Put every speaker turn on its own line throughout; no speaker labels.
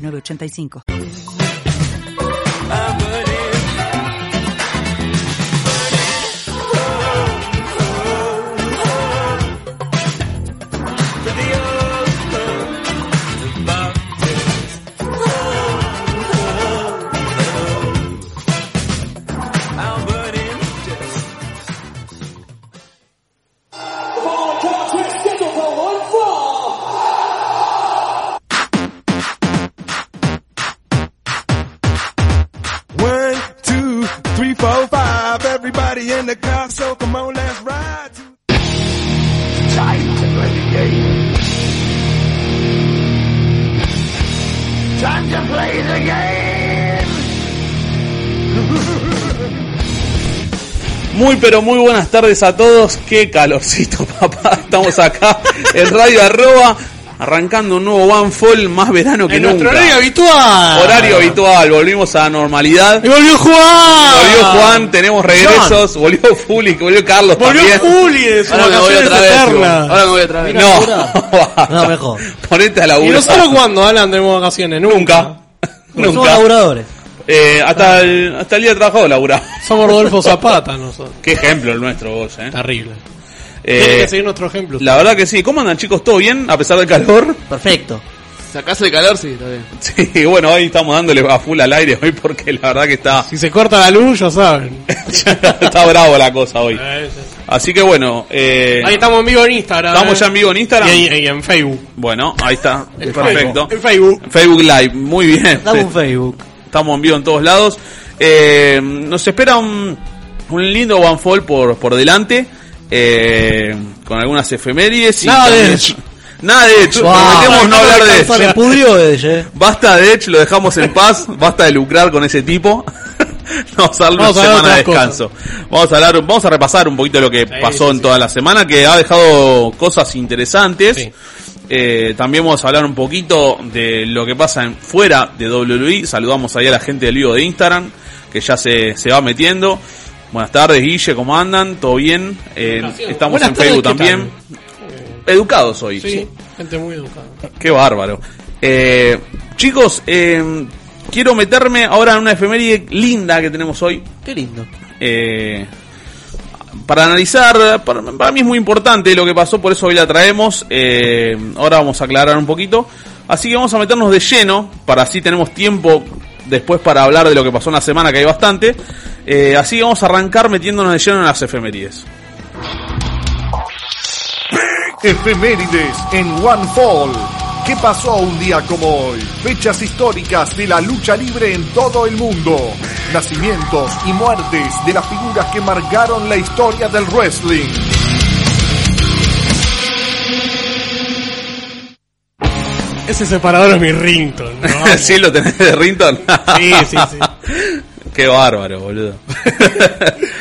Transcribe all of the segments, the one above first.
985.
Muy pero muy buenas tardes a todos. Qué calorcito, papá. Estamos acá en Radio Arroba. Arrancando un nuevo One Fall más verano que
en
nunca.
Nuestro horario habitual.
Horario habitual, volvimos a la normalidad.
Y volvió Juan.
Volvió Juan, tenemos regresos. Volvió Fuli, volvió Carlos
Volvió
también.
Juli de sus
Ahora me voy
vacaciones
otra vez. Iván.
eternas.
Ahora me voy otra vez.
No,
No, mejor.
ponete a
¿Y
laburar.
nosotros cuándo, Alan, tenemos vacaciones?
Nunca.
Somos
Nunca.
laburadores.
Eh, hasta, el, hasta el día de trabajo laburamos.
Somos Rodolfo Zapata nosotros.
Qué ejemplo el nuestro vos, eh.
Terrible.
Eh,
Tiene que seguir nuestro ejemplo.
la verdad que sí. ¿Cómo andan chicos? ¿Todo bien? A pesar del calor.
Perfecto.
¿Sacás el calor? Sí, está bien.
Sí, bueno, hoy estamos dándole a full al aire hoy porque la verdad que está,
Si se corta la luz, ya saben. Eh,
está bravo la cosa hoy. Así que bueno, eh,
Ahí estamos en vivo en Instagram. eh.
estamos ya en vivo en
Y,
Instagram.
ahí- y en Facebook.
Bueno, ahí está,
En
perfecto.
Facebook. En Facebook.
Facebook Live, muy bien.
Dame un Facebook.
Estamos en vivo en todos lados. Eh, nos espera un, un lindo One Fall por, por delante. eh, con algunas efemérides. y
Nada de
también-
Edge.
Nada de Edge.
Wow.
Prometemos no hablar de
Alcanzar
Edge.
el pudrio de ella, eh.
Basta de Edge, lo dejamos en paz, basta de lucrar con ese tipo. Nos darle una
Vamos a hablar
semana de
de otras
descanso. Vamos a hablar, vamos a repasar un poquito lo que pasó
sí,
en
sí.
toda la semana, que ha dejado cosas interesantes.
Sí.
Eh, también vamos a hablar un poquito de lo que pasa en, fuera de WWE. Saludamos ahí a la gente del vivo de Instagram, que ya se, se va metiendo. Buenas tardes, Guille, ¿cómo andan? ¿Todo bien? Eh, estamos
Buenas
en
tardes, ¿qué
Facebook
tal?
también. Educados hoy.
Sí, gente muy educada.
Qué bárbaro. Eh, chicos, eh, quiero meterme ahora en una efeméride linda que tenemos hoy.
Qué lindo.
Eh, para analizar, para, para mí es muy importante lo que pasó, por eso hoy la traemos. Eh, ahora vamos a aclarar un poquito. Así que vamos a meternos de lleno, para así tenemos tiempo después para hablar de lo que pasó en la semana, que hay bastante. Eh, así que vamos a arrancar metiéndonos de lleno en las efemérides.
Efemérides en One Fall. ¿Qué pasó un día como hoy? Fechas históricas de la lucha libre en todo el mundo. Nacimientos y muertes de las figuras que marcaron la historia del wrestling.
Ese separador es mi rington. ¿no?
¿Sí lo tenés de Rinton?
Sí, sí, sí.
Qué bárbaro, boludo.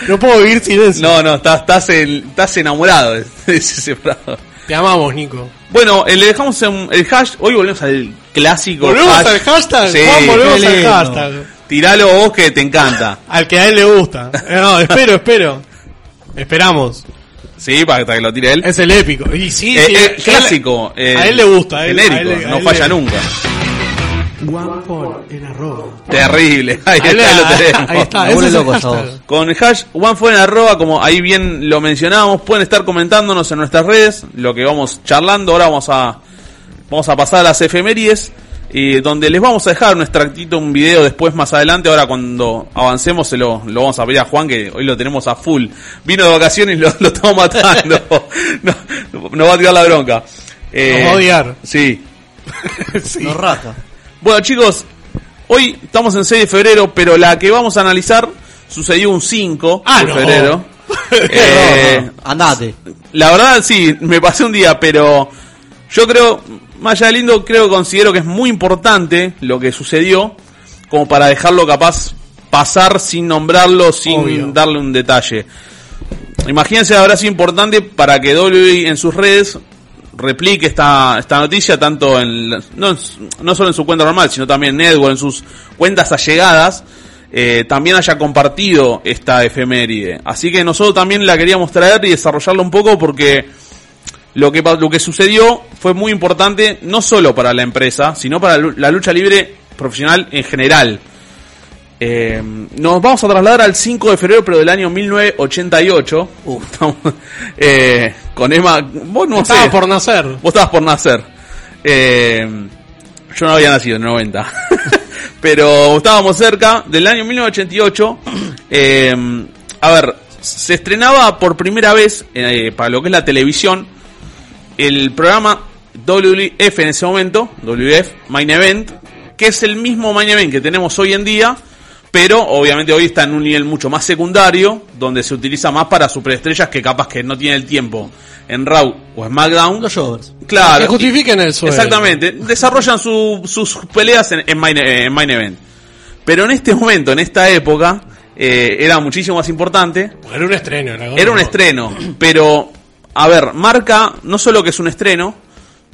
No puedo vivir sin eso.
No, no, estás, estás, en- estás enamorado de ese separado.
Te amamos, Nico.
Bueno, eh, le dejamos en el hash. Hoy volvemos al clásico.
¿Volvemos
hash.
al hashtag?
Sí.
Juan, volvemos
qué
al
lindo.
hashtag.
Tiralo vos que te encanta.
Al que a él le gusta. Eh, No, espero, espero. Esperamos.
Sí, para para que lo tire él.
Es el épico. Y sí,
Eh,
sí,
eh,
yo-
clásico. eh,
a él le gusta. A él,
genérico,
a él- a
no
él
falla
le-
nunca.
One Fall en arroba.
Terrible. Ahí,
Ahí,
está, lo
ahí-
tenemos.
ahí está,
Me
ese
vuelve
es el
loco esa
hashtag.
voz.
Con el hash OneFoil en arroba, como ahí bien lo mencionábamos, pueden estar comentándonos en nuestras redes lo que vamos charlando. Ahora vamos a, vamos a pasar a las efemérides, y donde les vamos a dejar un extractito, un video después más adelante. Ahora cuando avancemos se lo, lo vamos a pedir a Juan, que hoy lo tenemos a full. Vino de vacaciones y lo, lo estamos matando. no, nos va a tirar la bronca. Eh,
Nos va a odiar.
Sí.
Nos raja.
Bueno, chicos, hoy estamos en 6 de febrero, pero la que vamos a analizar sucedió un 5
Ah,
de
no.
febrero.
No,
Eh,
no, no. Andate.
La verdad, sí, me pasé un día, pero yo creo, Más allá de lindo, creo que considero que es muy importante lo que sucedió, como para dejarlo capaz pasar sin nombrarlo, sin darle un detalle. Imagínense, habrá sido importante para que WWE en sus redes replique esta, esta noticia, tanto en, la- no, en su- no solo en su cuenta normal, sino también en Network, en sus cuentas allegadas, eh, también haya compartido esta efeméride. Así que nosotros también la queríamos traer y desarrollarla un poco porque lo que, pa- lo que sucedió fue muy importante, no solo para la empresa, sino para lu- la lucha libre profesional en general. Eh, nos vamos a trasladar al 5 de febrero, pero del año 1988. Estamos, eh, con Emma, vos no
Estaba
sé,
por nacer.
vos estabas por nacer. Eh, yo no había nacido en el 90. pero estábamos cerca del año 1988. Eh, a ver, se estrenaba por primera vez, eh, para lo que es la televisión, el programa WF en ese momento, WF Main Event, que es el mismo Main Event que tenemos hoy en día, pero obviamente hoy está en un nivel mucho más secundario, donde se utiliza más para superestrellas que capaz que no tiene el tiempo en Raw o SmackDown.
Los showers.
Claro.
Que justifiquen el sueldo.
Exactamente. Desarrollan su- sus peleas en, en main, eh, en main event. Pero en este momento, en esta época, eh, era muchísimo más importante.
Era un estreno. Era,
Era un estreno, pero, a ver, marca no solo que es un estreno,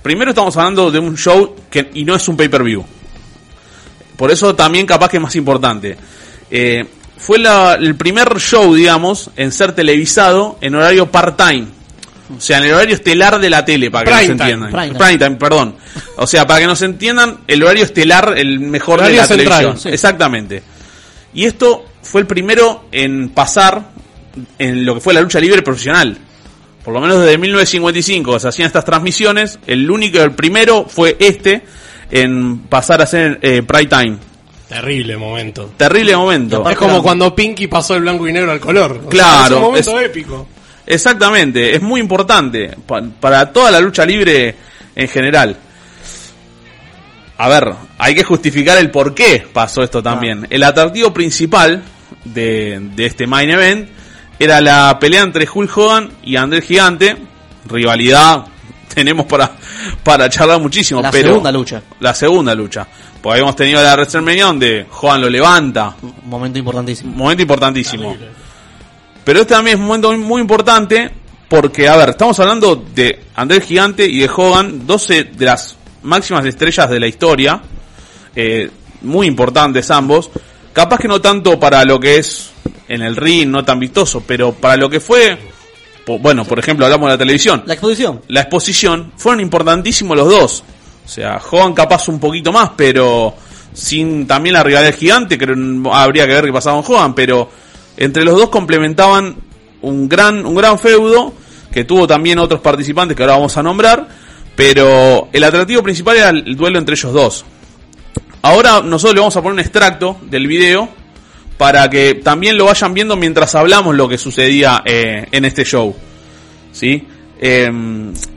primero estamos hablando de un show que, y no es un pay-per-view. Por eso también capaz que es más importante. Eh, fue la- el primer show, digamos, en ser televisado en horario part-time. O sea, en el horario estelar de la tele, para que
Prime
nos
time,
entiendan.
prime time.
time, perdón. O sea, para que nos entiendan, el horario estelar, el mejor de
Horario
la
central,
televisión.
sí.
Exactamente. Y esto fue el primero en pasar en lo que fue la lucha libre profesional. Por lo menos desde 1955 que se hacían estas transmisiones. El único, el primero fue este en pasar a ser eh, prime time.
Terrible momento.
Terrible momento.
Es como cuando Pinky pasó el blanco y negro al color. O sea,
Claro,
es un momento
es-
épico.
Exactamente, es muy importante pa- para toda la lucha libre en general. A ver, hay que justificar el por qué pasó esto también.
Ah.
El atractivo principal de, de este main event era la pelea entre Hulk Hogan y André Gigante. Rivalidad tenemos para, para charlar muchísimo.
La
pero
segunda lucha.
La segunda lucha. Porque habíamos tenido la WrestleMania donde Hogan lo levanta,
Un momento importantísimo.
Momento importantísimo. Pero este también es un momento muy, muy importante porque, a ver, estamos hablando de Andrés Gigante y de Hogan, 12 de las máximas estrellas de la historia, eh, muy importantes ambos. Capaz que no tanto para lo que es en el ring, no tan vistoso, pero para lo que fue, po- bueno, por ejemplo, hablamos de la televisión
La exposición.
la exposición, fueron importantísimos los dos. O sea, Hogan capaz un poquito más, pero sin también la rivalidad del gigante, que no- habría que ver qué pasaba con Hogan, pero entre los dos complementaban un gran, un gran feudo, que tuvo también otros participantes que ahora vamos a nombrar, pero el atractivo principal era el duelo entre ellos dos. Ahora nosotros le vamos a poner un extracto del video para que también lo vayan viendo mientras hablamos lo que sucedía eh, en este show. ¿sí? Eh,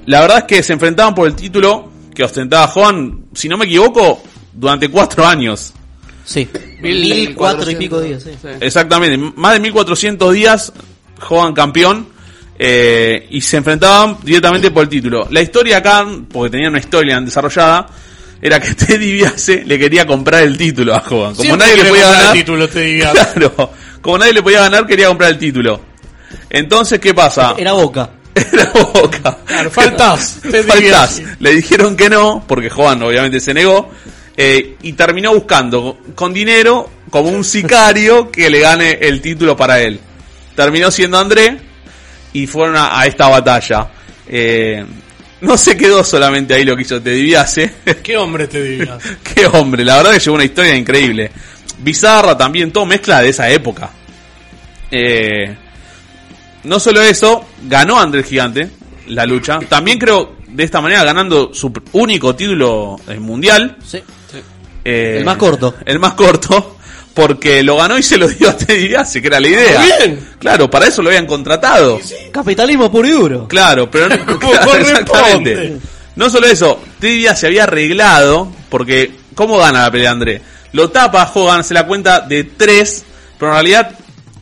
la verdad es que se enfrentaban por el título que ostentaba Juan, si no me equivoco, durante cuatro años.
Sí.
Mil
Mil cuatro y pico días, sí.
Sí.
Exactamente, más de 1400 días, Juan campeón, eh, y se enfrentaban directamente por el título. La historia acá, porque tenía una historia desarrollada, era que Teddy Biase le quería comprar el título a Juan. Como
Siempre
nadie le
quiere
podía
comprar
ganar,
el título, te diga.
claro, como nadie le podía ganar, quería comprar el título. Entonces, ¿qué pasa?
Era Boca.
Era Boca.
Claro, faltás, te
faltás.
divierte.
Le dijeron que no, porque Juan obviamente se negó. eh, y terminó buscando con dinero como un sicario que le gane el título para él. Terminó siendo André y fueron a, a esta batalla. Eh, no se quedó solamente ahí lo que hizo Teddy Biase.
¿Qué hombre te diga?
Qué hombre, la verdad que llevó una historia increíble. Bizarra también, todo mezcla de esa época. Eh, no solo eso, ganó Andrés Gigante la lucha. También creo, de esta manera, ganando su pr- único título eh, mundial.
Sí.
Eh,
El más corto.
El más corto. Porque lo ganó y se lo dio a Teddy Biasi, que era la idea.
Muy bien.
Claro, para eso lo habían contratado.
Capitalismo puro y duro.
Claro, pero no,
Como
claro,
corresponde.
exactamente. No solo eso, Tibia se había arreglado porque ¿cómo gana la pelea André? Lo tapa Hogan, se la cuenta de 3, pero en realidad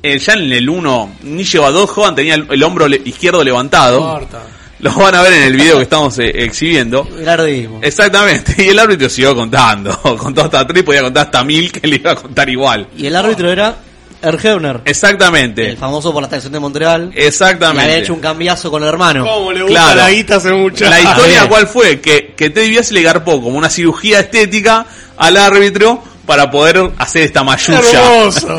eh, ya en el 1 ni llegó a 2, Hogan tenía el, el hombro le- izquierdo levantado.
Corta.
Los van a ver en el video que estamos eh, exhibiendo.
El ardismo.
Eh. Exactamente, y el árbitro siguió contando. Contó hasta tres, podía contar hasta mil, que le iba a contar igual.
Y el árbitro era Erheuner,
Exactamente,
el famoso por la estación de Montreal. Le
Eh. exactamente.
había hecho un cambiazo con el hermano.
¿Cómo le gusta
Claro.
la guita a ese muchacho?
La
bien.
historia cuál fue, que, que Ted DiBiase le garpó como una cirugía estética al árbitro para poder hacer esta mayulla.
Hermoso.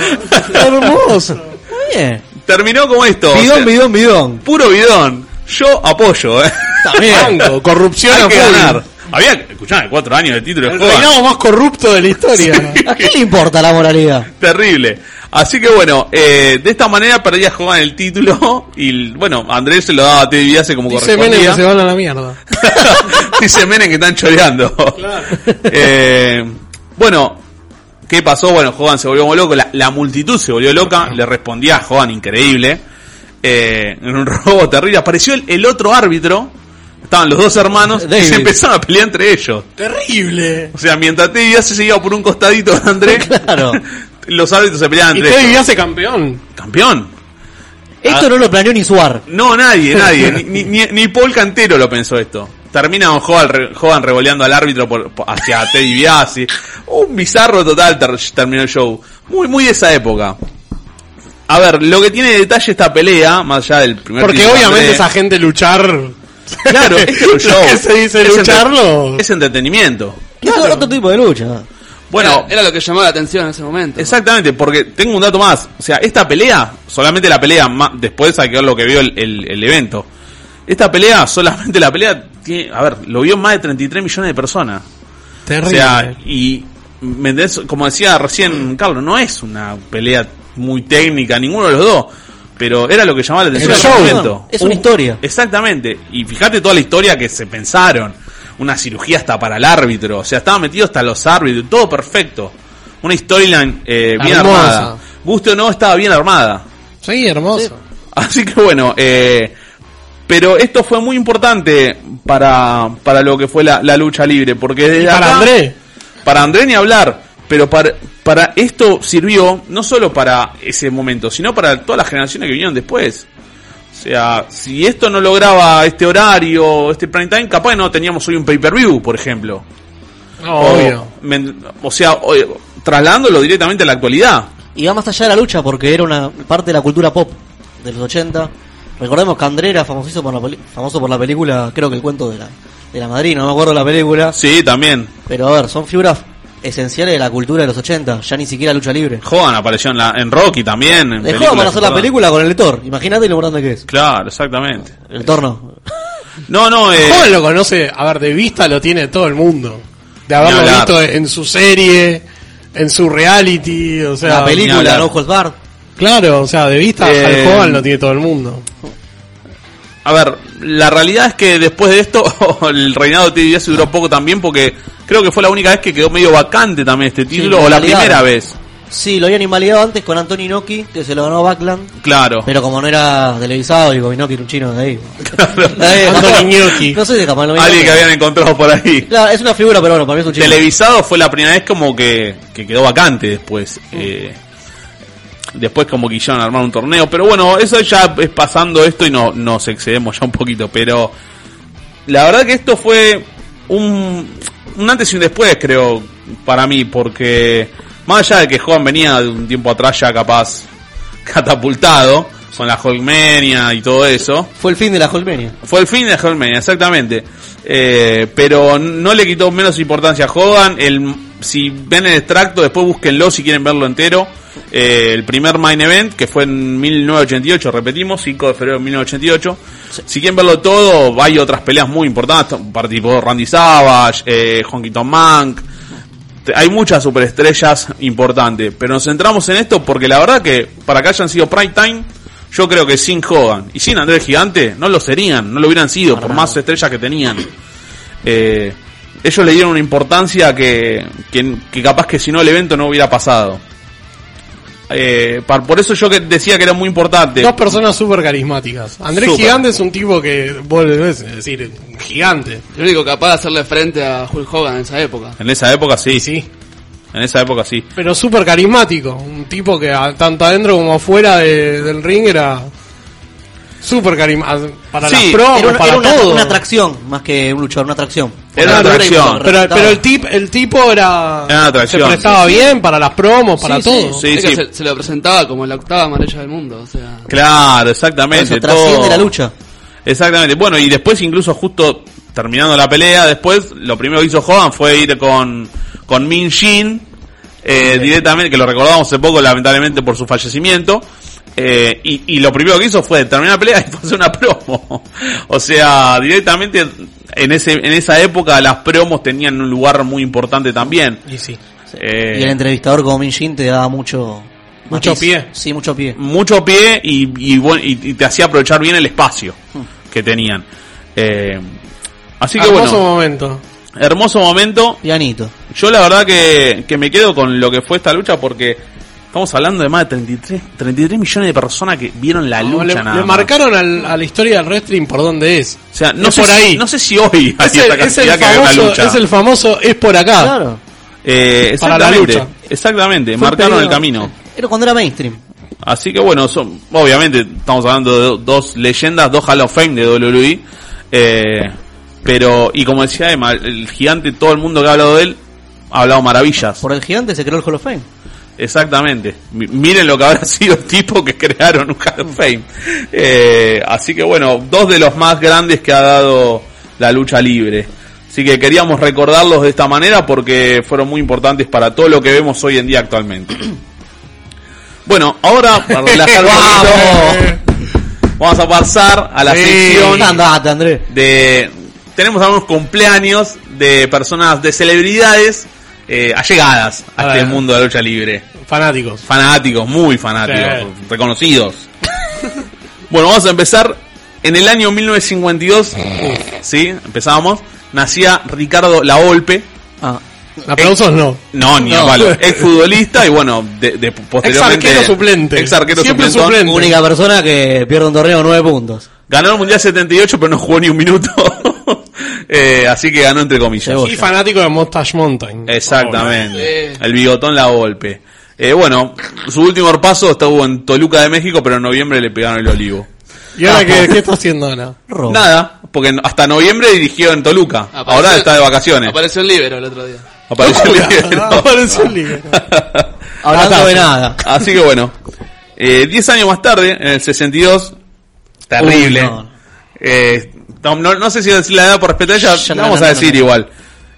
Hermoso.
Muy bien.
Terminó como esto. o sea,
Bidón, bidón, bidón.
Puro bidón. Yo apoyo, eh.
También.
Banco, corrupción
Hay
a
que
full.
ganar. Había, escuchame, cuatro años de título de
El
joda.
reinado más corrupto de la historia.
¿A quién le importa la moralidad?
Terrible. Así que bueno, eh, de esta manera perdía Jovan el título y bueno, Andrés se lo daba a Ted DiBiase como
Dice Menem que se
correspondía.
van a la mierda.
Dice Menem que están choreando. Eh, bueno, ¿qué pasó? Bueno, Jovan se volvió como loco, la, la multitud se volvió loca, le respondía a Jovan increíble. Eh, en un robo terrible apareció el, el otro árbitro, estaban los dos hermanos y
David.
se empezaron a pelear entre ellos.
Terrible.
O sea, mientras Ted DiBiase se iba por un costadito de Andrés,
Claro.
los árbitros se peleaban
Y
entre
Teddy
ellos.
hace campeón.
Campeón. Ah.
Esto no lo planeó ni Suar.
No, nadie, nadie. ni, ni- ni, ni Paul Cantero lo pensó esto. Termina Don Jovan, re- Jovan revoleando al árbitro por, por- hacia Teddy Biasi. Un bizarro total ter- terminó el show. Muy, muy de esa época. A ver, lo que tiene de detalle esta pelea, más allá del primer
Porque
título
obviamente
de-
esa gente luchar.
Claro, este es un show.
¿Qué se dice
Es entre-
lucharlo?
Es entretenimiento.
Esto es otro tipo de lucha.
Bueno,
era, era lo que llamaba la atención en ese momento.
Exactamente, porque tengo un dato más. O sea, esta pelea, solamente la pelea, ma- después hay que ver lo que vio el, el- el evento. Esta pelea, solamente la pelea, tiene, a ver, lo vio más de 33 millones de personas. O
Terrible.
sea, y ¿me entendés? como decía recién Carlos, no es una pelea muy técnica, ninguno de los dos. Pero era lo que llamaba la atención
un
en aquel
show.
momento.
Es una
Un-
historia.
Exactamente. Y fíjate toda la historia que se pensaron. Una cirugía hasta para el árbitro. O sea, estaba metido hasta los árbitros. Todo perfecto. Una storyline eh, bien
Hermosa.
armada. Guste o no, estaba bien armada.
sí, hermoso.
Así que bueno, eh, pero esto fue muy importante para, para lo que fue la, la lucha libre. Porque desde
Y para
acá-
André.
para André ni hablar, pero para, para esto sirvió no solo para ese momento, sino para todas las generaciones que vinieron después. O sea, si esto no lograba este horario, este prime time, capaz no teníamos hoy un pay-per-view, por ejemplo.
No,
O-
obvio.
me- O, sea, o- trasladándolo directamente a la actualidad.
Y va más allá de la lucha porque era una parte de la cultura pop de los 80. Recordemos que André era famoso por la, peli- famoso por la película, creo que el cuento de la, de la Madrid, no me acuerdo la película.
Sí, también.
Pero a ver, son figuras esenciales de la cultura de los 80, ya ni siquiera lucha libre.
Jovan apareció en, la, en Rocky también. en
Dejó
películas,
para hacer la
¿verdad?
película con el Thor, imagínate lo grande que es.
Claro, exactamente.
El Thor no.
No, no, eh,
Joven lo conoce, a ver, de vista lo tiene todo el mundo. De haberlo
hablar.
visto en su serie, en su reality, o sea.
la
ni
película,
hablar.
No Holds Barred.
Claro, o sea, de vista
Eh,
al joven lo tiene todo el mundo.
A ver, la realidad es que después de esto el reinado de TDS
Ah.
duró poco también porque creo que fue la única vez que quedó medio vacante también este título
lo
o la
invalidaron.
primera vez.
Sí, lo habían invalidado antes con Anthony Inoki, que se lo ganó Backland.
Claro.
Pero como no era televisado, digo, Inoki era un chino de ahí. Eh,
Anthony
capaz-
Inoki.
No sé si capaz lo mismo.
Alguien que habían encontrado por ahí.
Claro, es una figura, pero bueno, para mí es un chino.
Televisado fue la primera vez como que, que quedó vacante después. eh, después como quisieron armar un torneo. Pero bueno, eso ya es pasando esto y no, nos excedemos ya un poquito. Pero la verdad que esto fue un, un antes y un después, creo, para mí. Porque más allá de que Juan venía de un tiempo atrás ya capaz catapultado con la Hulkmania y todo eso.
Fue el fin de la Hulkmania.
Fue el fin de Hulkmania, exactamente. Eh, pero no le quitó menos importancia a Hogan. El, si ven el extracto, después búsquenlo si quieren verlo entero. Eh, el primer main event, que fue en 1988, repetimos, 5 de febrero de 1988. Si quieren verlo todo, hay otras peleas muy importantes. Participó Randy Savage, eh, Honky Tonk Monk. Te- Hay muchas superestrellas importantes, pero nos centramos en esto porque la verdad que para que hayan sido prime time, yo creo que sin Hogan y sin Andrés Gigante no lo serían, no lo hubieran sido, por más estrellas que tenían. Eh, ellos le dieron una importancia que, que, que capaz que si no el evento no hubiera pasado. Eh, par- por eso yo que decía que era muy importante.
Dos personas súper carismáticas. Andrés
Súper.
Gigante es un tipo que, vos le ves, es decir, gigante.
El único capaz de hacerle frente a Hulk Hogan en esa época.
En esa época sí,
Sí.
en esa época sí.
Pero súper carismático. Un tipo que a- tanto adentro como afuera de- del ring era Súper carismático. Para
Sí,
las promos,
Era, una,
para
era una-
todo.
una atracción, más que un luchador, una atracción.
Era una
Porque
atracción.
pero,
resultaba.
pero el, tip, el tipo era.
Era una atracción.
Se prestaba bien para las promos, para todo.
Sí,
Es que
sí.
Se, se lo presentaba como la octava amarilla del mundo. O sea,
Claro,
Por
exactamente.
eso
todo.
trasciende la lucha.
Exactamente. Bueno, y después incluso justo terminando la pelea, después lo primero que hizo Hogan fue ir con, con Min Shin, eh, directamente, que lo recordamos hace poco lamentablemente por su fallecimiento. eh, y, y lo primero que hizo fue terminar la pelea y fue hacer una promo. o sea, directamente en, ese, en esa época las promos tenían un lugar muy importante también.
Y sí.
Eh,
Y el entrevistador como Min Jin te daba mucho...
Mucho
matiz.
pie.
Sí, mucho pie.
mucho pie y, y bueno, y- y te hacía aprovechar bien el espacio
Hmm.
que tenían. Eh, así que
Hermoso
bueno,
momento.
hermoso momento.
Pianito.
Yo la verdad que, que me quedo con lo que fue esta lucha porque estamos hablando de más de 33, 33 millones de personas que vieron la
le,
lucha. nada
le
más.
marcaron al- a la historia del wrestling por dónde es.
O sea, no
es
sé,
por
si-
ahí.
no sé si hoy
es,
hacía
el,
esta
es el
cantidad que había en la
famoso,
lucha.
es el famoso es por
Ah.
acá.
Claro.
Eh,
para la
exactamente,
lucha.
exactamente,
Fue
marcaron
un
el
periodo-
camino.
Era cuando era mainstream.
Así que bueno, son, obviamente estamos hablando de do- dos leyendas, dos Hall of Fame de WWE. eh, pero, y como decía Emma, el gigante, todo el mundo que ha hablado de él, ha hablado maravillas.
Por el gigante se creó el Hall of Fame.
Exactamente. Mi- Miren lo que habrá sido el tipo que crearon un Hall of Fame. Eh, así que bueno, dos de los más grandes que ha dado la lucha libre. Así que queríamos recordarlos de esta manera porque fueron muy importantes para todo lo que vemos hoy en día actualmente. Bueno, ahora para relajar un poquito, vamos a pasar a la
Sí.
sección
Andate, Andrés.
de tenemos algunos cumpleaños de personas de celebridades eh, allegadas a,
A
este
ver.
mundo de la lucha libre
Fanáticos.
fanáticos muy fanáticos
Sí.
reconocidos bueno vamos a empezar en el año 1952 sí empezamos nacía Ricardo Laolpe
Ah,
Aplausos no.
no, ni a
No.
palo. Ex futbolista y bueno, de, de- posteriormente.
Ex arquero suplente.
Ex arquero
Siempre
suplentón.
suplente.
única persona que pierde un torneo nueve puntos.
Ganó el Mundial 78, pero no jugó ni un minuto. Eh, así que ganó entre comillas.
Llegó.
Y fanático de Mustache Mountain.
Eh, Exactamente.
Sí.
El bigotón la golpe. Eh, bueno, su último repaso estuvo en Toluca de México, pero en noviembre le pegaron el olivo.
¿Y ahora qué, qué está haciendo ahora?
Robo.
Nada, porque en- hasta noviembre dirigió en Toluca.
apareció-
Ahora está de vacaciones.
Apareció en Libero el otro día.
Apareció el libro.
Ah, Apareció el libro.
Hablando
Ataque.
de nada.
Así que bueno, eh, 10 años más tarde, en el 62, terrible.
Uy, no.
Eh, no, no- no sé si decir la edad por respetar, ya,
Ya
la
no,
vamos
no,
a
no,
decir
no.
igual.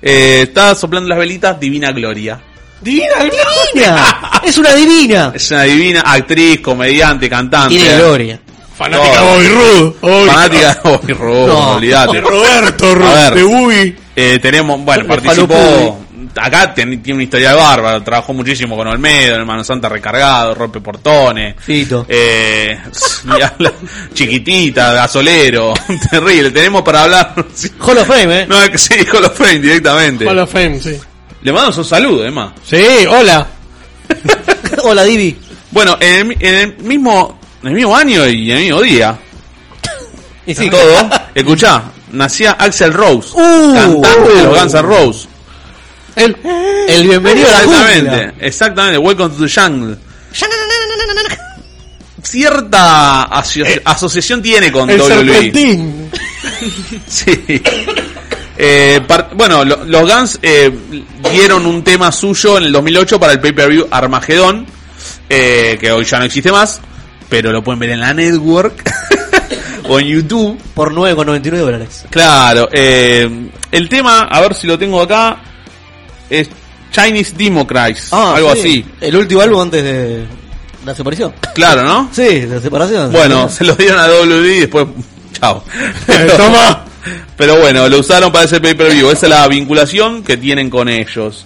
Eh, está soplando las velitas, Divina Gloria.
Divina,
¡Divina! ¡Es una divina!
Es una divina actriz, comediante, cantante.
Tiene gloria.
Fanática
Todo.
Bobby Roode. Obvio.
Fanática de Bobby Roode,
No.
olvídate.
De Roberto
A
Roode.
ver.
De Bobby.
Eh, tenemos, bueno,
Le
participó.
faló
Acá ten- tiene una historia de bárbaro, trabajó muchísimo con Olmedo, el Hermano Santa recargado, rompe portones.
Fito.
Eh, ni hablar. chiquitita, gasolero, terrible. Tenemos para hablar. sí.
Hall of Fame, ¿eh?
No, es que se dijo los Fame directamente.
Hall of Fame, sí.
Le mandamos un saludo, Emma.
Sí, hola.
Hola, Divi.
Bueno, en el, mi- en el mismo en el mismo año y en el mismo día,
Y
y
sí,
todo, escuchá, nacía Axel Rose,
Uh.
cantante de los Guns N' Rose.
El,
El bienvenido a la
Exactamente,
jungla.
exactamente. Welcome to the jungle. Cierta aso-
Eh,
asociación tiene con
el
WWE.
serpentín.
Sí. Eh, par- bueno, lo- los Guns eh, dieron un tema suyo en el 2008 para el pay-per-view Armagedón, eh, que hoy ya no existe más, pero lo pueden ver en la network o en YouTube.
Por 9,99 dólares.
Claro, eh, el tema, a ver si lo tengo acá, es Chinese Democrats,
Ah,
Ah, algo
sí.
así.
El último álbum antes de la separación.
Claro, ¿no?
Sí, de la separación.
Bueno, se lo dieron a WWE y después, chao.
Eh, Toma.
Pero bueno, lo usaron para ese pay-per-view. Esa es la vinculación que tienen con ellos.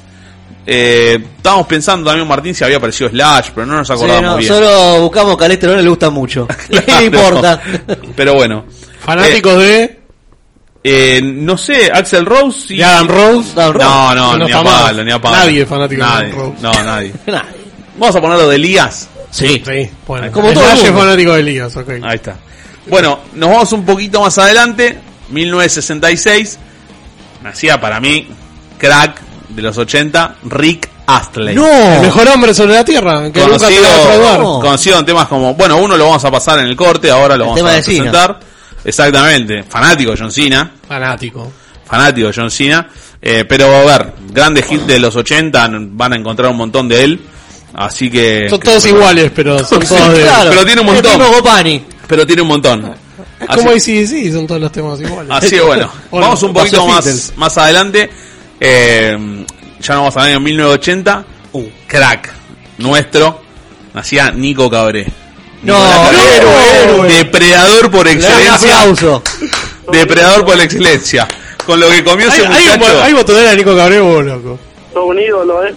Eh, estábamos pensando también, Martín, si había aparecido Slash, pero no nos
Sí,
acordamos
no,
bien.
solo buscamos que a Lester no le gusta mucho.
Claro.
No importa.
Pero bueno.
Fanáticos de,
Eh, eh, no sé, Axel Rose. sí.
de Adam Rose.
No,
No, no,
Rose.
ni
No
a
está más.
palo, ni a palo.
Nadie es fanático de
Nadie.
Adam Rose.
No, nadie.
Nah,
Vamos a ponerlo de Elías.
Sí.
Sí, bueno.
Como todo
Slash
el mundo.
es fanático de Ligas, ok.
Ahí está. Bueno, nos vamos un poquito más adelante. 1966. Nacía para mí, crack de los 80, Rick Astley.
El mejor hombre sobre la tierra, que nunca te
conocido,
va a defraudar.
No.
conocido en temas como, bueno, uno lo vamos a pasar en el corte, ahora lo
El
vamos
tema
a
de Cena.
presentar. Exactamente, fanático de John Cena,
Fanático.
fanático de John Cena, eh, pero a ver, grandes hits de los 80, n- van a encontrar un montón de él, así que...
Son todos iguales, pero son
Sí,
todos de-
claro. pero tiene un montón.
El mismo Gopani.
Pero tiene un montón.
Es como sí, sí, son todos los temas iguales.
Así que bueno,
O
vamos
no,
un poquito
Buster
más,
Fittles.
más adelante. Eh, ya nos vamos al año 1980.
Uh.
Crack, nuestro. Nacía Nico Cabré.
No,
Nicolás Cabré,
héroe.
Depredador por
Le doy un
excelencia.
aplauso.
Depredador por excelencia. Con lo que comió
Hay,
ese
hay, un bo-
muchacho.
hay botonera de Nico Cabreo, loco.
Todo un ídolo, ¿eh?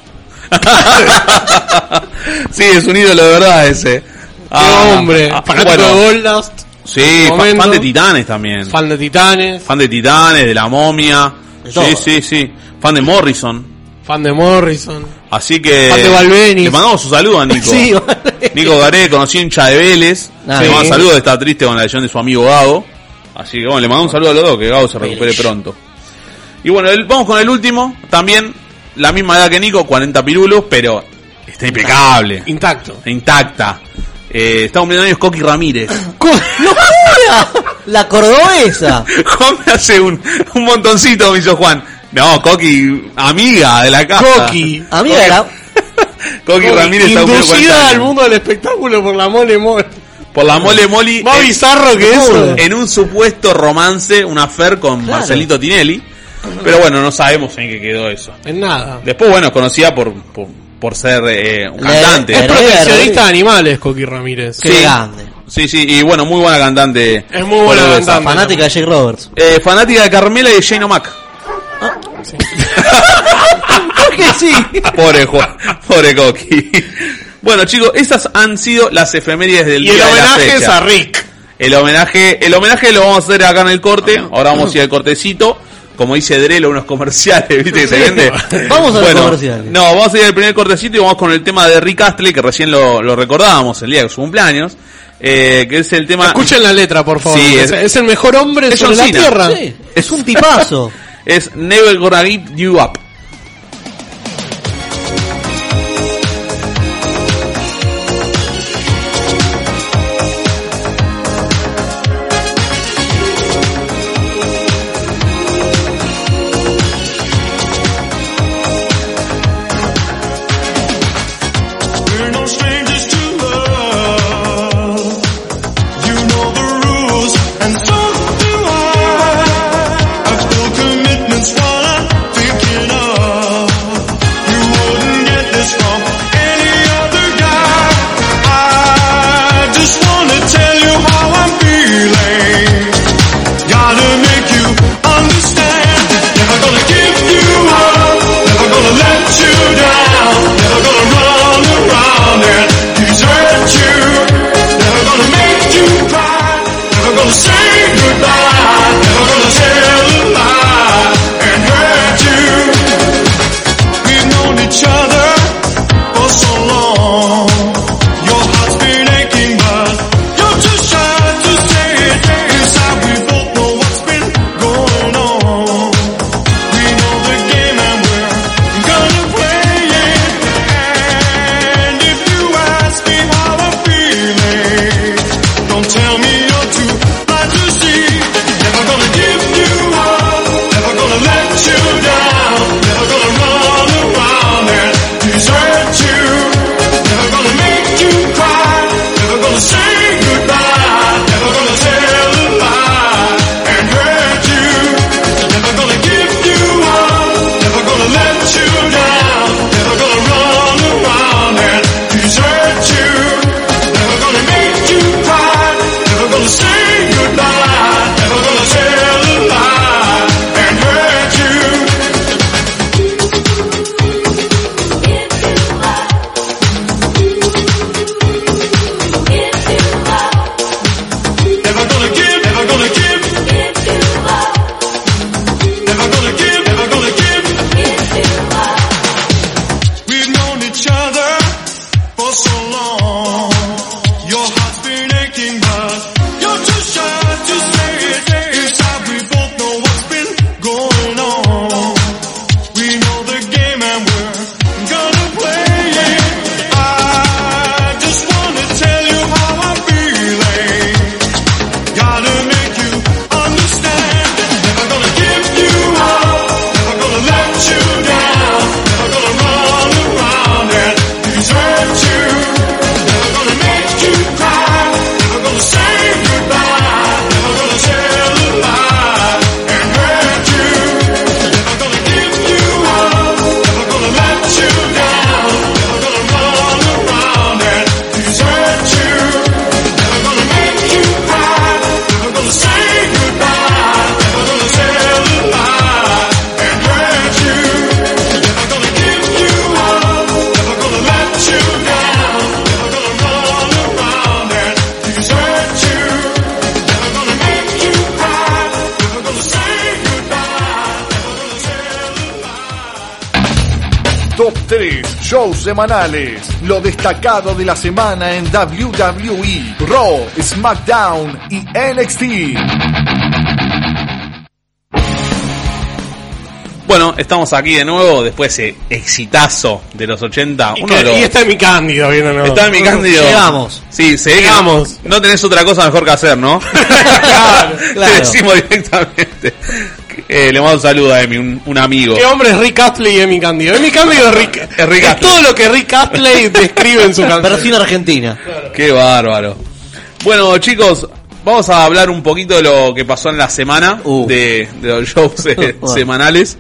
sí, es un ídolo de verdad ese.
Qué
Ah,
hombre.
ah,
fanático
bueno,
de Goldust,
sí, fa-
momento.
fan de Titanes también.
fan de Titanes,
Fan de Titanes, de La Momia.
De todo.
Sí, sí, sí. Fan de Morrison.
fan de Morrison.
Así que
Ante Valveni.
le mandamos un saludo a Nico.
Sí, vale.
Nico Garé, conocido hincha de Vélez.
Ah,
le
sí.
mandamos un saludo, está triste con la lesión de su amigo Gabo. Así que bueno, le mandamos un saludo a los dos, que Gabo se recupere
Vélez.
pronto. Y bueno, el- vamos con el último, también la misma edad que Nico, 40 pirulos, pero está impecable,
Intacto.
intacta. Eh, está cumpliendo años Coqui Ramírez.
¡Locura! La cordobesa.
Juan me hace un, un montoncito, me hizo Juan. No, Coqui, amiga de la casa.
Coqui.
Ah.
Amiga, de la-
Coqui Ramírez está cumpliendo 40
Inducida al
años.
mundo del espectáculo por la mole mole.
Por la mole moli.
Más
eh,
bizarro que eso.
en un supuesto romance, una affair con
Claro.
Marcelito Tinelli. Pero bueno, no sabemos en qué quedó eso.
En nada.
Después, bueno, conocida por, por, por ser eh, un
La-
cantante.
Es
Pero
proteccionista
era-
de animales, Coqui Ramírez.
Qué grande.
Sí, sí, y bueno, muy buena cantante.
Es muy buena
cordobesa.
cantante.
Fanática de Jake Roberts.
Eh, fanática de Carmela y de Jane O'Mac.
Ah,
¿Por qué sí?
Pobre Juan, pobre Coqui. Bueno, chicos, esas han sido las efemérides del
Y
día
el
de la
homenaje es
fecha.
a Rick.
El homenaje, el homenaje lo vamos a hacer acá en el corte. Ahora vamos a ir al cortecito. Como dice Drelo, unos comerciales, ¿viste que se vende?
Vamos a los comerciales.
No, vamos a ir al primer cortecito y vamos con el tema de Rick Astley, que recién lo, lo recordábamos el día de su cumpleaños. eh, que es el tema.
Escuchen la letra, por favor.
Sí,
es,
es-
es el mejor hombre
es
sobre
John
la
Cena.
tierra.
Sí, Es un tipazo.
Es Never Gonna Give You Up.
We're no strangers to love. You know the rules, and so do I. I've still commitments while I'm thinking of. You wouldn't get this from any other guy. I just wanna tell you how I'm feeling. Gotta make you understand. Never gonna give you up. Never gonna let you down. Never gonna run around and desert you. Never gonna make you cry. Never gonna say goodbye. Never gonna tell a lie and hurt you. We've known each other for so long. Your heart's been aching, but you're too shy to say it. Inside, we both know what's been going on. We know the game and we're gonna play it. And if you ask me how I'm feeling, don't tell me you're too blind to see. Never gonna give you up, never gonna let you down, never gonna run around and desert you. Never gonna make you cry, never gonna say goodbye, never gonna tell a lie and hurt you. Never gonna give you up, never gonna let you down, never gonna run around and desert you. Never gonna make you cry, never gonna say goodbye, never gonna tell a lie and hurt you. Never gonna give, never gonna give. Never gonna give, never gonna give. We've known each other for so long. Your heart's been aching, but you're too shy to say it. Inside, we both know what's been going on. We know the game and we're gonna
Shows semanales. Lo destacado de la semana en WWE, Raw, SmackDown y NXT.
Bueno, estamos aquí de nuevo después de ese exitazo de los 80.
Y,
Uno de los-
y está mi Cándido viéndonos.
Está mi cándido.
Llegamos.
Sí, se ve que
Llegamos.
No tenés otra cosa mejor que hacer, ¿no? claro,
claro.
Te decimos directamente. Eh, le mando un saludo a Emi, un, un amigo.
¿Qué hombre es Rick Astley y Emi Cándido? Emi Cándido es Rick,
Es Rick Astley.
todo lo que Rick Astley describe en su canción.
Versión argentina.
Qué bárbaro. Bueno, chicos, vamos a hablar un poquito de lo que pasó en la semana
Uh.
de, de los shows eh,
Bueno.
semanales.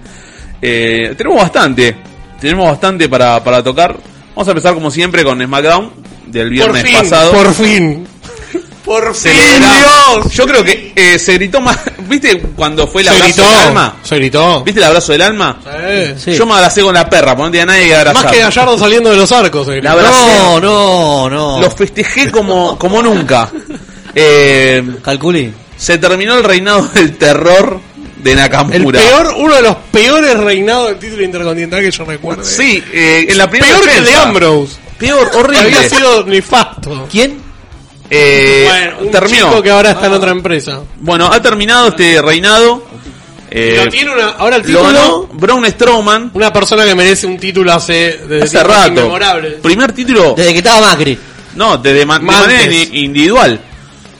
Eh, tenemos bastante, tenemos bastante para, para tocar. Vamos a empezar como siempre con SmackDown del
Por
viernes
fin,
pasado.
por fin. Por
Se le- Yo creo que eh, se gritó más. ¿Viste cuando fue el
Se
abrazo
gritó.
del alma?
Se gritó.
¿Viste el abrazo del alma?
Eh,
Sí.
Yo me abracé con la perra, porque no tenía nadie que abrazar.
Más que Gallardo saliendo de los arcos. eh. se gritó.
La verdad-
No, no, no.
Los festejé como, como nunca. Eh,
Calculí.
Se terminó el reinado del terror de
el
Nakamura.
peor, uno de los peores reinados del título intercontinental que yo recuerdo.
Sí, eh, en la primera
Peor que el de
defensa.
Ambrose.
Peor, horrible.
Había sido nefasto.
¿Quién?
Eh,
un
terminó. Ah. Eh,
chico que ahora está en otra empresa.
Bueno, ha terminado este reinado. Eh,
Pero tiene una, ahora el
lo
título,
ganó Braun Strowman
una persona que merece un título hace desde
hace
tiempos
rato.
inmemorables.
Primer título,
Desde que estaba Macri.
no, de, de ma- de
Más
manera
antes.
in- individual.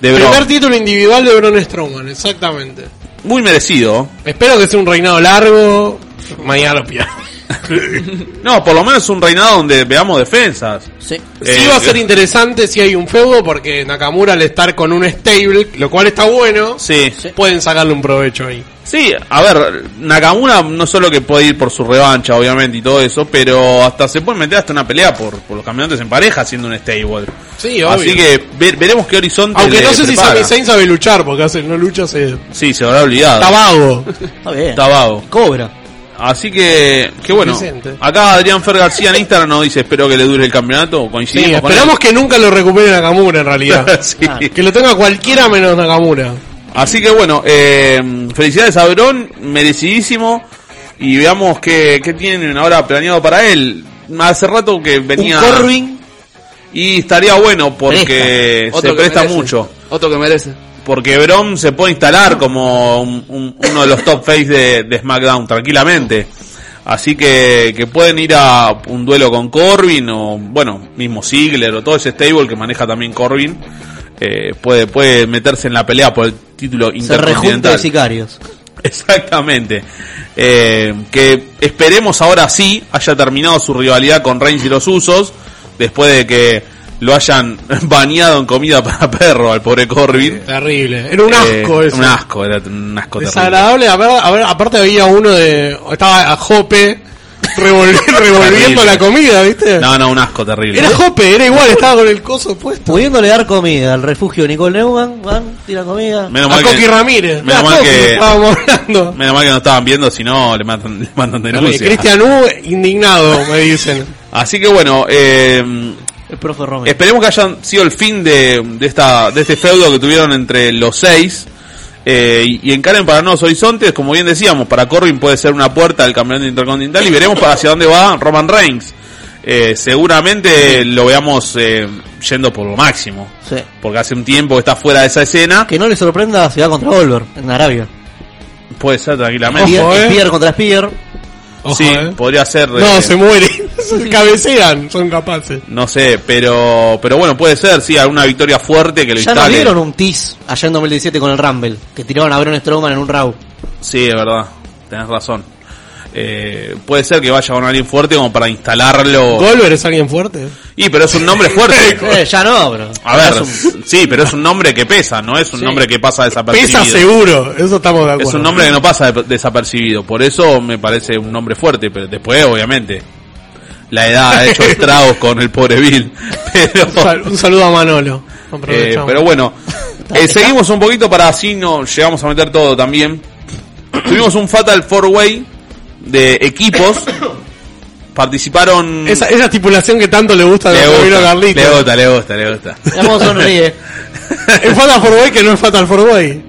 De Braun.
Primer título individual de Braun Strowman, exactamente.
Muy merecido.
Espero que sea un reinado largo. Mañana lo pierdo.
No, por lo menos un reinado donde veamos defensas.
Sí.
sí
Eh,
va a ser interesante si hay un feudo, porque Nakamura al estar con un stable, lo cual está bueno,
Sí.
pueden sacarle un provecho ahí.
Sí, a ver, Nakamura no solo que puede ir por su revancha, obviamente, y todo eso, pero hasta se puede meter hasta una pelea por, por los campeonates en pareja siendo un stable.
Sí, obvio.
Así que ve- veremos qué horizonte.
Aunque
le
no sé si
prepara.
Sami Zayn sabe luchar, porque hace no lucha se...
Sí, se habrá olvidado.
Está vago.
Está bien.
Está vago.
Cobra.
Así que, qué bueno.
Suficiente.
Acá Adrián Fer García en Instagram nos dice, espero que le dure el campeonato.
Sí,
Coincidimos con él.
esperamos que nunca lo recupere Nakamura en realidad.
Sí.
que lo tenga cualquiera menos Nakamura.
Así que bueno, eh, felicidades a Verón, merecidísimo. Y veamos qué, qué tienen ahora planeado para él. Hace rato que venía.
Un Corbin.
Y estaría bueno porque
Otro
se
que
presta
merece.
mucho.
Otro que merece.
Porque Brom se puede instalar como un- un- uno de los top face de, de SmackDown tranquilamente. Así que, que pueden ir a un duelo con Corbin o, bueno, mismo Ziggler o todo ese stable que maneja también Corbin. Eh, puede, puede meterse en la pelea por el título
Se rejunta de
intercontinental.
sicarios.
Exactamente. Eh, que esperemos ahora sí haya terminado su rivalidad con Reigns y los Usos, después de que lo hayan bañado en comida para perro al pobre Corbin.
Terrible. Era un asco
Eh,
eso.
Un asco, era un asco terrible.
Desagradable. A ver, a ver, aparte había uno de... Estaba a Jope revolvi- revolviendo
Terrible.
la comida, ¿viste?
No, no, un asco terrible.
Era Jope, era igual, estaba con el coso puesto.
Pudiéndole dar comida al refugio de Nicole Neumann, van, tiran comida.
menos,
a
mal
Coqui
que,
Ramírez.
menos
A
mal
Coqui,
que-
Estábamos hablando.
menos mal que no estaban viendo, si no le matan, le mandan
Terrible.
denuncia.
Cristian U, indignado, me dicen.
Así que bueno, eh,
El profe Romero.
Esperemos que hayan sido el fin de, de esta, de este feudo que tuvieron entre los seis. eh, y, y encaren para nuevos horizontes, como bien decíamos, para Corbin puede ser una puerta al campeonato intercontinental y veremos para hacia dónde va Roman Reigns. Eh, seguramente lo veamos eh, yendo por lo máximo,
Sí.
porque hace un tiempo que está fuera de esa escena.
Que no le sorprenda si va contra Volver en Arabia.
Puede ser tranquilamente.
Spear,
eh.
Spear contra Spear.
Ojo,
sí,
eh.
podría ser.
No,
eh,
se mueren. se cabecean, son capaces.
no sé, pero pero bueno, puede ser, sí, alguna victoria fuerte que lo
Ya nos
instale.
dieron un tease allá en 2017 con el Rumble, que tiraban a Braun Strowman en un Raw.
Sí, es verdad. Tenés razón. Eh, puede ser que vaya con alguien fuerte como para instalarlo.
Goldberg es alguien fuerte.
Y pero es un nombre fuerte.
Eh, ya no, bro.
A ver, sí, pero es un nombre que pesa, no es un nombre que pasa desapercibido.
Pesa seguro, eso estamos de acuerdo.
es un nombre que no pasa de- desapercibido, por eso me parece un nombre fuerte, pero después obviamente la edad ha hecho estragos con el pobre Bill, pero
Un sal- Un saludo a Manolo.
Eh,
Aprovechamos.
pero bueno, eh, seguimos un poquito para así no llegamos a meter todo también. Tuvimos un Fatal Four Way de equipos. Participaron.
esa, esa estipulación que tanto le gusta a
le,
nuestro amigo
gusta,
Carlito.
le gusta, le gusta, le gusta.
Vamos sonríe.
Es Fatal for Boy que no es Fatal for Boy.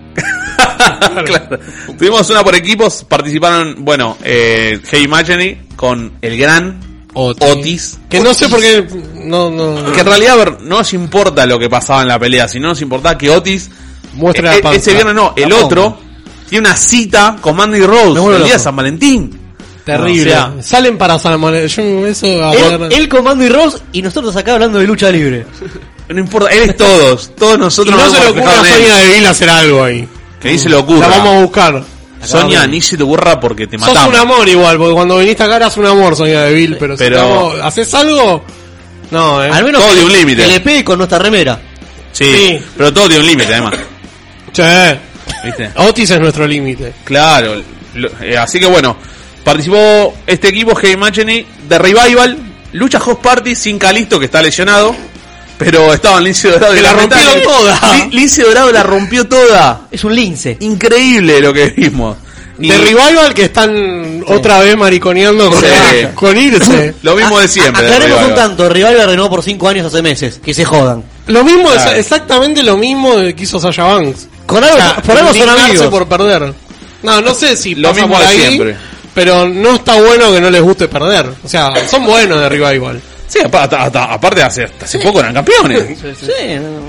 Claro. Tuvimos una por equipos. Participaron, bueno, eh, Hey Imagine con el gran
Otis.
Otis.
Que no sé por qué. No, no.
Que en realidad, a ver, no nos importa lo que pasaba en la pelea, sino nos importaba que Otis.
Muestra
e-
la
e-
panza.
Ese viernes no, el
La
otro. Tiene una cita con Mandy Rose
Me vuelvo
el día de
loco.
San Valentín.
Terrible.
O sea,
Salen para San Manuel. Yo eso a
Él,
ver-
él con Mandy Rose y nosotros acá hablando de lucha libre.
no importa, él es todos. Todos
Y
nosotros
no
nos
se le
vemos
ocurre a
reflejados en él.
Sonia Deville hacer algo ahí.
Que ni se le
La
ocurra.
vamos a buscar.
Sonia, ni se te ocurra porque te
Sos un
matamos.
amor igual, porque cuando viniste acá eras un amor, Sonia Deville, pero, si
Pero-
estamos- ¿haces algo? No, eh.
Al menos
Todo
que,
de un límite.
que le pegue con nuestra remera.
Sí,
Sí.
pero todo tiene un límite, además.
Che,
¿Viste?
Otis es nuestro límite.
Claro, lo- eh, así que bueno, participó este equipo Heavy Machine de Revival, lucha host party sin Calisto que está lesionado, pero estaba Lince Dorado
Que la rompieron
lamentable-
toda.
Lin- Lince Dorado la rompió toda.
Es un lince.
Increíble lo que vimos. Y-
De Revival que están otra vez mariconeando con,
Sí.
con irse.
lo mismo de siempre. de
Aclaremos un
Revival.
tanto, Revival renovó por 5 años hace meses, que se jodan.
Lo mismo,
Claro.
es- exactamente lo mismo que hizo Sasha Banks.
Con algo, Ah, por algo son
indignarse
amigos.
por perder. No, no sé si
Lo
pasa
mismo
por
de
ahí,
siempre.
pero no está bueno que no les guste perder. O sea, son buenos de Revival.
Sí, apa- hasta- hasta- aparte hace, hasta hace poco eran campeones.
Sí, no, no.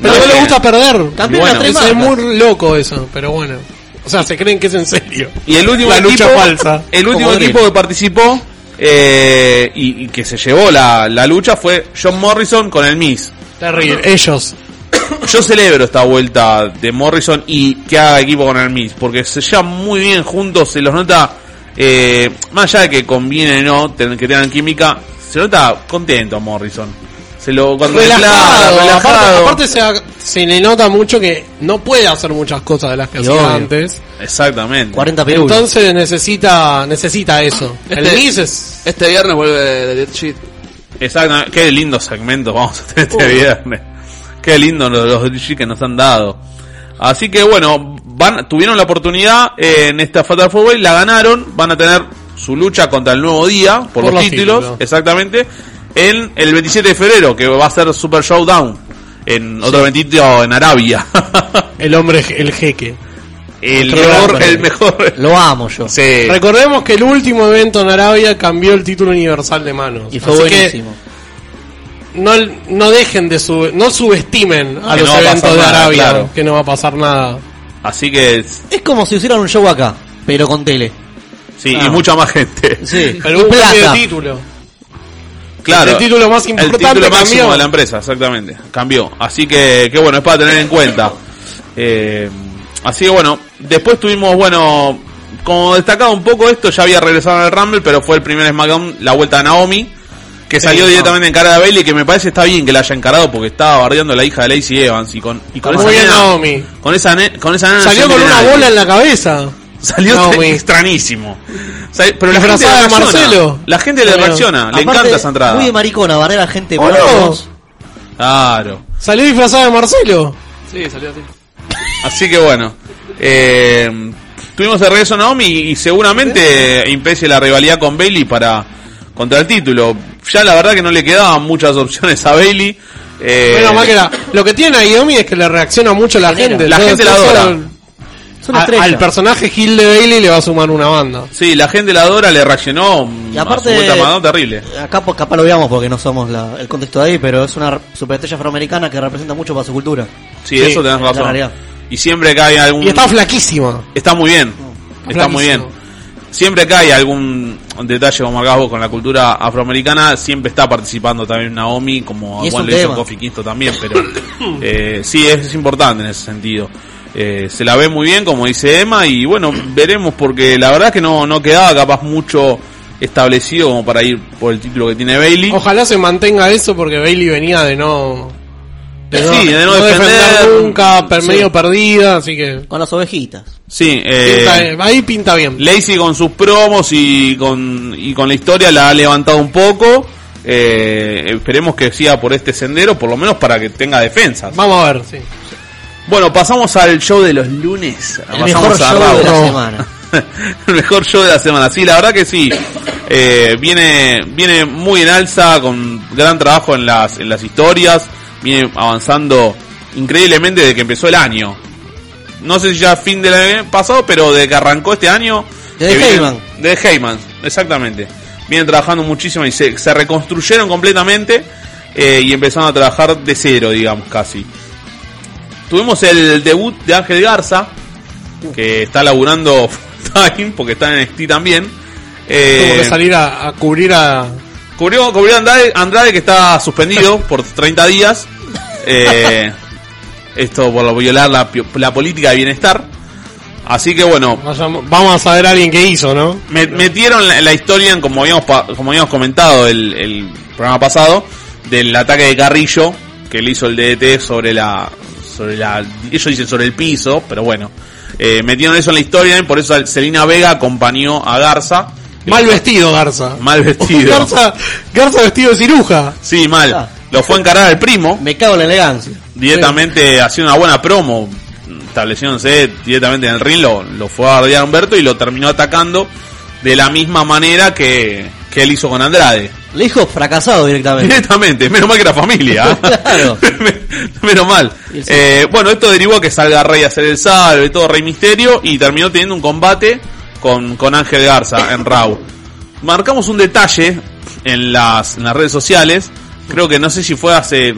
Pero
No,
no,
sí.
les gusta perder.
Campeón
Bueno,
a tres
Eso es
marcas.
muy loco eso, pero bueno. O sea, se creen que es en serio.
Y el último
La lucha
equipo,
falsa.
El último
Como Drill.
equipo que participó eh, y, y que se llevó la, la lucha fue John Morrison con el Miss.
Terrible. Ellos.
Yo celebro esta vuelta de Morrison y que haga equipo con el Miss, porque se llevan muy bien juntos, se los nota, eh, más allá de que conviene no, ten- que tengan química, se nota contento Morrison. Se lo cuando
Relajado,
declara, relajado.
Aparte, aparte se, da- se le nota mucho que no puede hacer muchas cosas de las que
Y
hacía
obvio.
antes.
40
40 pirulos.
Entonces necesita necesita eso. El
Este-
Miz es...
Este viernes vuelve The Dead Shit.
Exactamente, qué lindo segmento vamos a tener este viernes. Qué lindo los, los DG que nos han dado. Así que bueno, van, tuvieron la oportunidad eh, en esta Fatal Four Way, la ganaron, van a tener su lucha contra el nuevo día por, los, títulos, exactamente, en el 27 de febrero, que va a ser Super Showdown, en otro 27 en Arabia.
El hombre, el jeque.
el
Otro
mejor,
gran
el
premio.
mejor.
Lo amo yo.
Sí.
Recordemos que el último evento en Arabia cambió el título universal de manos.
Y fue
Así que
buenísimo.
no, no dejen de sub, no subestimen a
Que
los
no va a
eventos
pasar
de
nada,
Arabia,
claro.
que no va a pasar nada.
Así que
Es como si hicieran un show acá, pero con tele.
sí, y
Ah.
mucha más gente.
Sí.
Pero un
Plata.
cambio de título.
Claro.
Es el título más
El
importante
título máximo
cambió.
de la empresa, exactamente. Cambió. Así que, que bueno, es para tener en cuenta. Eh, así que bueno, después tuvimos, bueno, como destacado un poco esto, ya había regresado al Rumble, pero fue el primer SmackDown, la vuelta a Naomi, que salió directamente en cara de Bailey, que me parece está bien que la haya encarado porque estaba bardeando a la hija de Lacey Evans y con, y con
Muy bien, Naomi.
Con esa, ne- con esa nena
Salió
no
con
entiende
una
nadie.
bola en la cabeza.
Salió
Naomi.
extrañísimo. O sea, pero la gente,
Disfrazada
le
de
reacciona.
Marcelo.
la gente le
Bueno,
reacciona, le
Aparte,
encanta esa entrada.
Muy de maricona, barrer a gente
Oh, no.
vos.
Claro.
Salió disfrazada de Marcelo.
Sí, salió así.
Así que bueno. eh, tuvimos de regreso a Naomi y seguramente empece la rivalidad con Bailey para contra el título. Ya la verdad que no le quedaban muchas opciones a Bailey. eh,
Menos mal que la- lo que tiene a Naomi es que le reacciona mucho la gente.
La gente la
eso
adora.
al-
Es una
al,
estrella.
al personaje Gil de Bailey le va a sumar una banda.
Sí, la gente la adora, le reaccionó
Y
a
aparte-
su vuelta a Madonna, terrible.
Acá po- capaz lo veamos porque no somos la- el contexto de ahí, pero es una r- superestrella afroamericana que representa mucho para su cultura.
Sí,
Sí,
eso tenés
la
razón.
realidad.
Y siempre que hay algún...
Y está flaquísima.
Está muy bien. Está muy bien.
Clarísimo.
Siempre que hay algún detalle, como acá vos, con la cultura afroamericana, siempre está participando también Naomi, como
Y es
Juan
un
le hizo
tema.
Kofi Kingston también, pero eh, sí, es, es importante en ese sentido. Eh, se la ve muy bien, como dice Emma, y bueno, veremos, porque la verdad es que no, no quedaba capaz mucho establecido como para ir por el título que tiene Bailey.
Ojalá se mantenga eso porque Bailey venía de no.
Sí, de no defender.
nunca, per-
Sí.
medio perdida, así que.
Con las ovejitas.
Sí,
pinta-
eh,
ahí pinta bien.
Lacey con sus promos y con, y con la historia la ha levantado un poco. Eh, esperemos que siga por este sendero, por lo menos para que tenga defensas.
Vamos a ver,
Eh.
sí.
Bueno, pasamos al show de los lunes.
El
Pasamos
mejor
a
show
Raw.
de la
No.
semana.
el mejor show de la semana. Sí, la verdad que sí. Eh, viene, viene muy en alza, con gran trabajo en las, en las historias. Viene avanzando increíblemente desde que empezó el año. No sé si ya fin del año pasado, pero desde que arrancó este año.
Desde
que viene-
Heyman.
Desde Heyman, exactamente. vienen trabajando muchísimo y se, se reconstruyeron completamente eh, y empezaron a trabajar de cero, digamos, casi. Tuvimos el debut de Ángel Garza, que está laburando full time, porque está en NXT también. Eh,
Tuvo que salir a, a cubrir a.
Cubrió, cubrió a Andrade, Andrade, que está suspendido por 30 días. Eh, esto por violar la, pi- la política de bienestar. Así que bueno,
vayamos- Vamos a saber a alguien que hizo, ¿no?
me- metieron la, la historia, en, como habíamos, pa- como habíamos comentado el, el programa pasado, del ataque de Carrillo que le hizo el DDT sobre la, sobre la, ellos dicen sobre el piso, pero bueno, Eh, metieron eso en la historia y por eso Selina Vega acompañó a Garza.
Mal vestido, Garza.
Mal vestido.
Garza, Garza vestido de ciruja.
Sí, mal.
Ah.
Lo fue a encarar al primo.
Me cago en la elegancia.
directamente haciendo una buena promo, estableciéndose directamente en el ring, lo, lo fue a bardear a Humberto y lo terminó atacando de la misma manera que, que él hizo con Andrade.
Le dijo fracasado directamente.
Directamente, menos mal que la familia. ¿eh?
Claro.
menos mal.
Y el
Eh, bueno, esto derivó a que salga Rey a hacer el salve y todo Rey Misterio y terminó teniendo un combate con, con Ángel Garza en Raw. Marcamos un detalle en las, en las redes sociales, creo que no sé si fue hace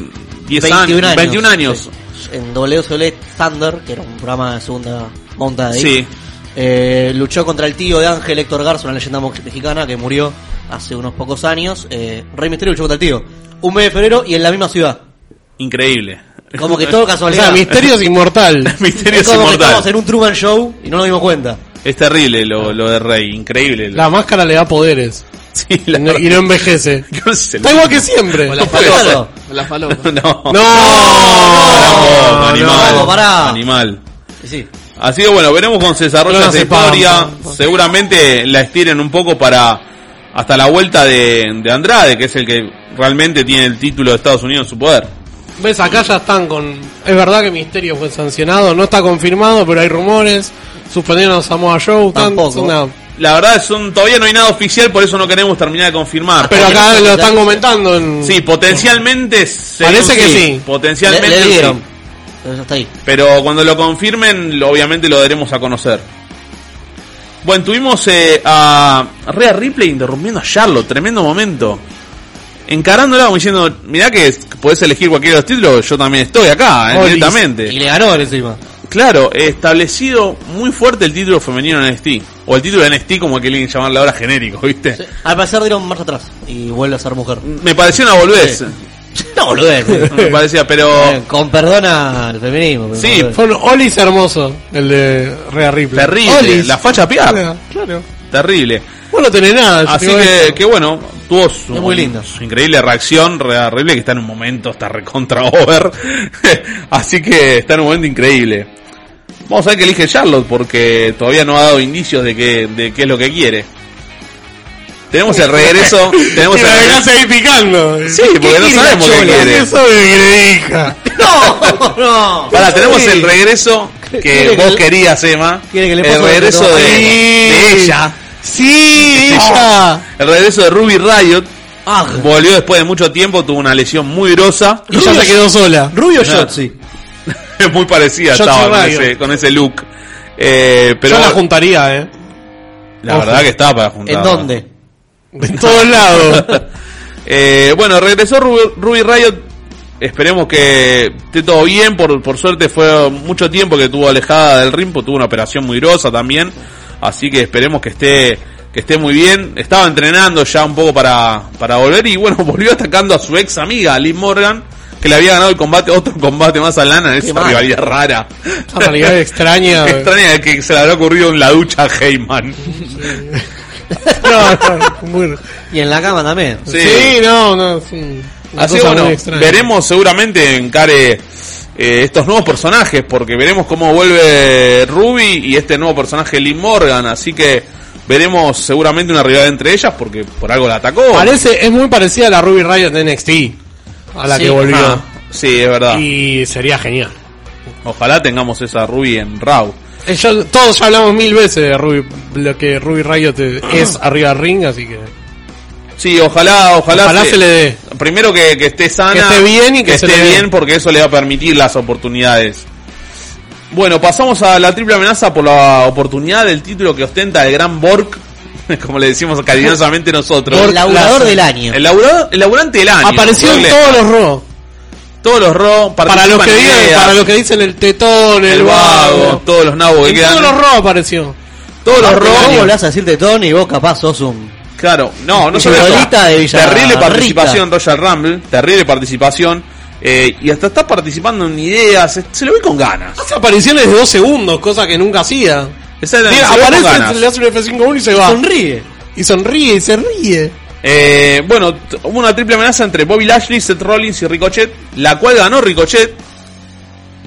10 años, 21 años,
Sí. En WSL Thunder, que era un programa de segunda monta de ahí.
Sí.
eh, luchó contra el tío de Ángel Héctor Garza, una leyenda mo- mexicana que murió hace unos pocos años. Eh, Rey Misterio luchó contra el tío. Un mes de febrero y en la misma ciudad.
Increíble.
Como que todo
O
casualidad.
sea, Misterio es inmortal.
Misterio es
es como que
inmortal.
estamos en un Truman Show y no nos dimos cuenta.
Es terrible lo, lo de Rey, increíble.
La máscara le da poderes.
Sí,
Y
la-
no, y no envejece.
¿Qué es el-
Está igual que siempre.
O la
puede
falopa.
ser.
O la falopa.
No,
No, no,
Tampoco, animal.
no, pará.
Animal.
Y sí.
Así que bueno, veremos cómo se desarrolla
No nos
esa
sepamos,
historia.
tampoco.
Seguramente la estiren un poco para hasta la vuelta de, de Andrade, que es el que realmente tiene el título de Estados Unidos en su poder.
Ves, acá ya están con. Es verdad que Misterio fue sancionado, no está confirmado, pero hay rumores. Suspendieron a Samoa Joe. están-
Tampoco.
son una-
La verdad es un, todavía no hay nada oficial, por eso no queremos terminar de confirmar.
Pero
Porque no
acá
se
lo
le
están
da-
comentando. En...
sí, potencialmente sería
Parece
un
que sí.
Le,
Potencialmente
le
un sí.
dieron. Pero ya está ahí.
Pero cuando lo confirmen, lo- obviamente lo daremos a conocer. Bueno, tuvimos eh, a Rhea Ripley interrumpiendo a Charlotte, tremendo momento. Encarándola como diciendo, mirá que es- podés elegir cualquiera de los títulos, yo también estoy acá, eh,
Olis.
Y
directamente.
le ganó encima.
Claro, establecido muy fuerte el título femenino en NXT. O el título de NXT como que le llamarlo ahora genérico, ¿viste?
Sí. Al parecer dieron marcha atrás y vuelve a ser mujer.
Me pareció una boludez.
Sí. No, boludez.
Me parecía, pero...
Eh, Con perdón al feminismo. pero
Sí,
boludez.
Fue un Olis hermoso, el de Rhea Ripley.
Terrible,
Olis.
la facha piar.
Claro.
Terrible.
Vos no tenés nada. yo
Así
digo
que,
esto.
que bueno, tuvo su,
Es muy lindo.
su increíble reacción, horrible que está en un momento, está recontra over. Así que está en un momento increíble. Vamos a ver que elige Charlotte porque todavía no ha dado indicios de que de qué es lo que quiere. Tenemos el regreso, tenemos
Y
el
la dejás
regreso.
ahí picando.
Sí, porque no
quiere
sabemos
la
qué
chola?
quiere.
¿Qué sabe que le hija?
No, no.
Pará, tenemos el regreso que
Quiere que
vos
le-
querías, Emma.
quiere que le
el
pase de
regreso
todo.
de,
Sí.
de ella.
Sí, ella.
El regreso de Ruby Riot.
Ah,
Volvió después de mucho tiempo, tuvo una lesión muy grosa.
Y ya se quedó sola.
Rubio
Claro.
Shotzi.
Es muy parecida
Yo
estaba
soy
con
Riot.
ese, con ese look. Eh, pero
Yo la
la,
juntaría, eh. ojo.
verdad que estaba para juntar.
¿En dónde?
De todos lados.
Eh, bueno, regresó Ru- Ruby Riot. Esperemos que esté todo bien. Por, por suerte fue mucho tiempo que tuvo alejada del ring, porque tuvo una operación muy grosa también. Así que esperemos que esté que esté muy bien. Estaba entrenando ya un poco para, para volver y bueno, volvió atacando a su ex amiga, Liz Morgan, que le había ganado el combate, otro combate más a Lana, esa
mal.
rivalidad rara.
Una realidad extraña. eh.
Extraña que se le habrá ocurrido en la ducha a Heyman.
No, no, muy-
Y en la cama también.
Sí.
Sí. no, no, sí. Una
Así que
cosa
bueno,
muy extraña.
veremos seguramente encare eh, estos nuevos personajes, porque veremos cómo vuelve Ruby y este nuevo personaje Lee Morgan, así que veremos seguramente una rivalidad entre ellas, porque por algo la atacó.
Parece, es muy parecida a la Ruby Riot de NXT. A la
Sí,
que volvió.
Ah, sí, es verdad.
Y sería genial.
Ojalá tengamos esa Ruby en Raw.
Eh, yo- todos ya hablamos mil veces de Ruby, lo que Ruby Riot eh, es
Ah.
arriba del ring, así que.
Sí, ojalá, ojalá,
Ojalá se le dé.
Primero que, que esté sana,
Que esté bien y que se
esté
le dé.
bien, porque eso le va a permitir las oportunidades. Bueno, pasamos a la triple amenaza por la oportunidad del título que ostenta el gran Borg. como le decimos cariñosamente nosotros.
El laburador del año.
El, laburador, el laburante del año.
Apareció en
Google.
todos los RO.
Todos los RO.
Para los, que
participan
digan-
ideas,
para los que dicen el tetón, el,
el vago,
vago.
todos los nabos que
En
quedan.
todos los Ah, RO apareció.
todos los
Aparte,
RO.
Vos volvés a decirte Tony y vos capaz sos un.
Claro, no, no
Y
solo eso.
Lolita de Villa
Terrible
Rica.
participación Royal Rumble, terrible participación. eh, y hasta está participando en ideas, se- se lo ve con ganas.
Hace apariciones de dos segundos, cosa que nunca hacía.
Exactamente,
Mira,
se ve con
aparece,
ganas.
le hace un F5-1 y se va.
Sonríe.
Y sonríe, y se ríe.
Eh, bueno, t- hubo una triple amenaza entre Bobby Lashley, Seth Rollins y Ricochet, la cual ganó Ricochet.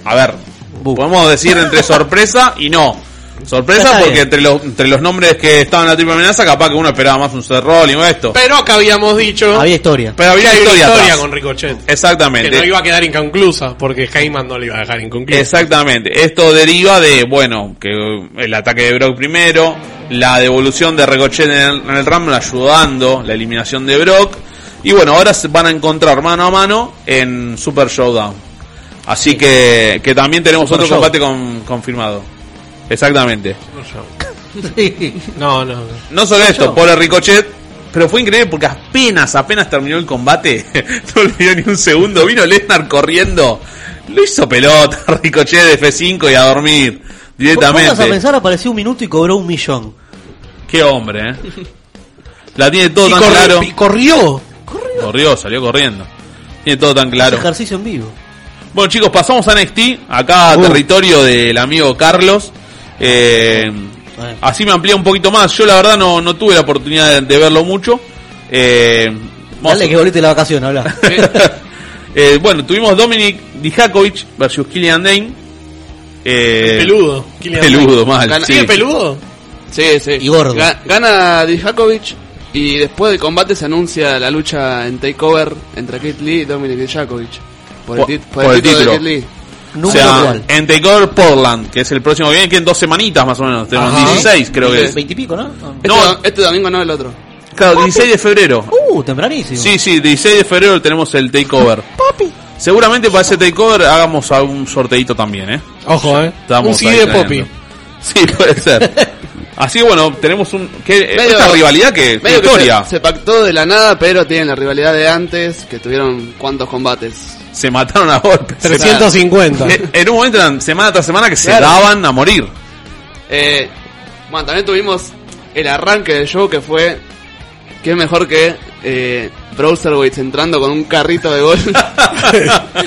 A ver,
Bu.
podemos decir entre sorpresa y no. Sorpresa
Está
porque
bien.
entre los, entre los nombres que estaban en la triple amenaza, capaz que uno esperaba más un Seth Rollins o esto.
Pero acá habíamos dicho
Había historia.
Pero
que
había
hay una
historia,
historia
atrás.
con Ricochet. Que
Exactamente.
no iba a quedar inconclusa, porque Heyman no le iba a dejar inconclusa.
Exactamente. Esto deriva de, bueno, que eh, el ataque de Brock primero, la devolución de Ricochet en el, en el Rumble ayudando, la eliminación de Brock. Y bueno, ahora se van a encontrar mano a mano en Super Showdown. Así que, que también tenemos
Super
otro
Show.
combate con- confirmado. Exactamente.
No, no, no.
No solo esto, por el Ricochet, pero fue increíble porque apenas, apenas terminó el combate, no le dio ni un segundo, vino Lesnar corriendo, lo hizo pelota, Ricochet de F5 y a dormir
Vamos a
directamente.
pensar, apareció un minuto y cobró un millón.
Qué hombre, eh. La tiene todo
Y
tan
corri-
claro. Eh,
y corrió.
Corrió, salió corriendo. Tiene todo tan claro.
Ejercicio Uh. en vivo.
Bueno chicos, pasamos a NXT, acá a territorio del amigo Carlos. Eh,
Bueno.
así me amplía un poquito más. Yo la verdad no, no tuve la oportunidad de, de verlo mucho. Eh, vamos
Dale
a-
que volviste la vacación, habla.
Eh, bueno, tuvimos Dominic Dijakovic versus Killian Dane. Eh,
Peludo. Killian
Peludo, mal.
Gana-
Sí.
¿Sigue peludo?
Sí, sí.
Y gordo.
Ga- gana Dijakovic y después del combate se anuncia la lucha en Takeover entre Kit Lee y Dominic Dijakovic. Por, el,
Por-
tit- por
por
el
el
título,
título.
de Kit Lee.
O
Número
sea,
cual.
en Takeover Portland, que es el próximo que viene, que en dos semanitas más o menos. Tenemos
Ajá.
16, creo que es.
Veintipico, ¿no?
Este,
No.
do- este domingo no el otro.
Claro, 16 de febrero.
Uh, tempranísimo.
Sí, sí, 16 de febrero tenemos el Takeover. Seguramente para ese Takeover hagamos algún sorteito también, ¿eh?
Ojo, eh.
Estamos
un
ahí
CD de Poppy.
planeando. Sí, puede ser. Así que bueno, tenemos un, que,
Medio-
esta rivalidad que,
Medio que
historia.
se, se pactó de la nada, pero tienen la rivalidad de antes, que tuvieron cuantos combates.
se mataron a golpes.
350.
Eh, En un momento eran semana tras semana que
Claro.
se daban a morir.
Eh, bueno, también tuvimos el arranque del show que fue. Que es mejor que eh, Browserwitz entrando con un carrito de gol.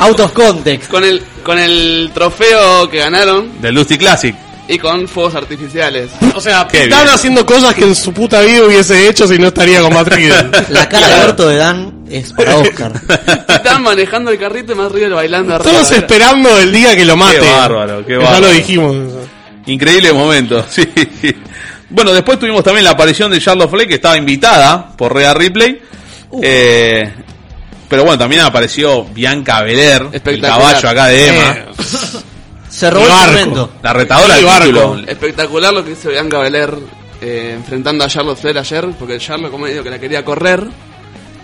Out of context.
con, el, con el trofeo que ganaron
Del Lusty Classic.
y con fuegos artificiales.
O sea,
Qué
estaban
bien.
haciendo cosas que en su puta vida hubiese hecho si no estaría con Patrick.
La cara de Alberto de Dan es para Oscar.
Están manejando el carrito y más arriba el bailando arriba.
Todos esperando el día que lo mate.
bárbaro, qué
Ya
bárbaro.
lo dijimos.
Increíble momento, sí. Bueno, después tuvimos también la aparición de Charlotte Flair, que estaba invitada por Rhea Ripley. Eh, pero bueno, también apareció Bianca Belair, el
Espectacular.
caballo acá de Emma.
Eh,
Se robó
Barco.
el momento.
La retadora
Sí,
del
barco.
título.
Espectacular lo que hizo Bianca Belair eh, enfrentando a Charlotte Flair ayer, porque Charlotte, como digo, que la quería correr.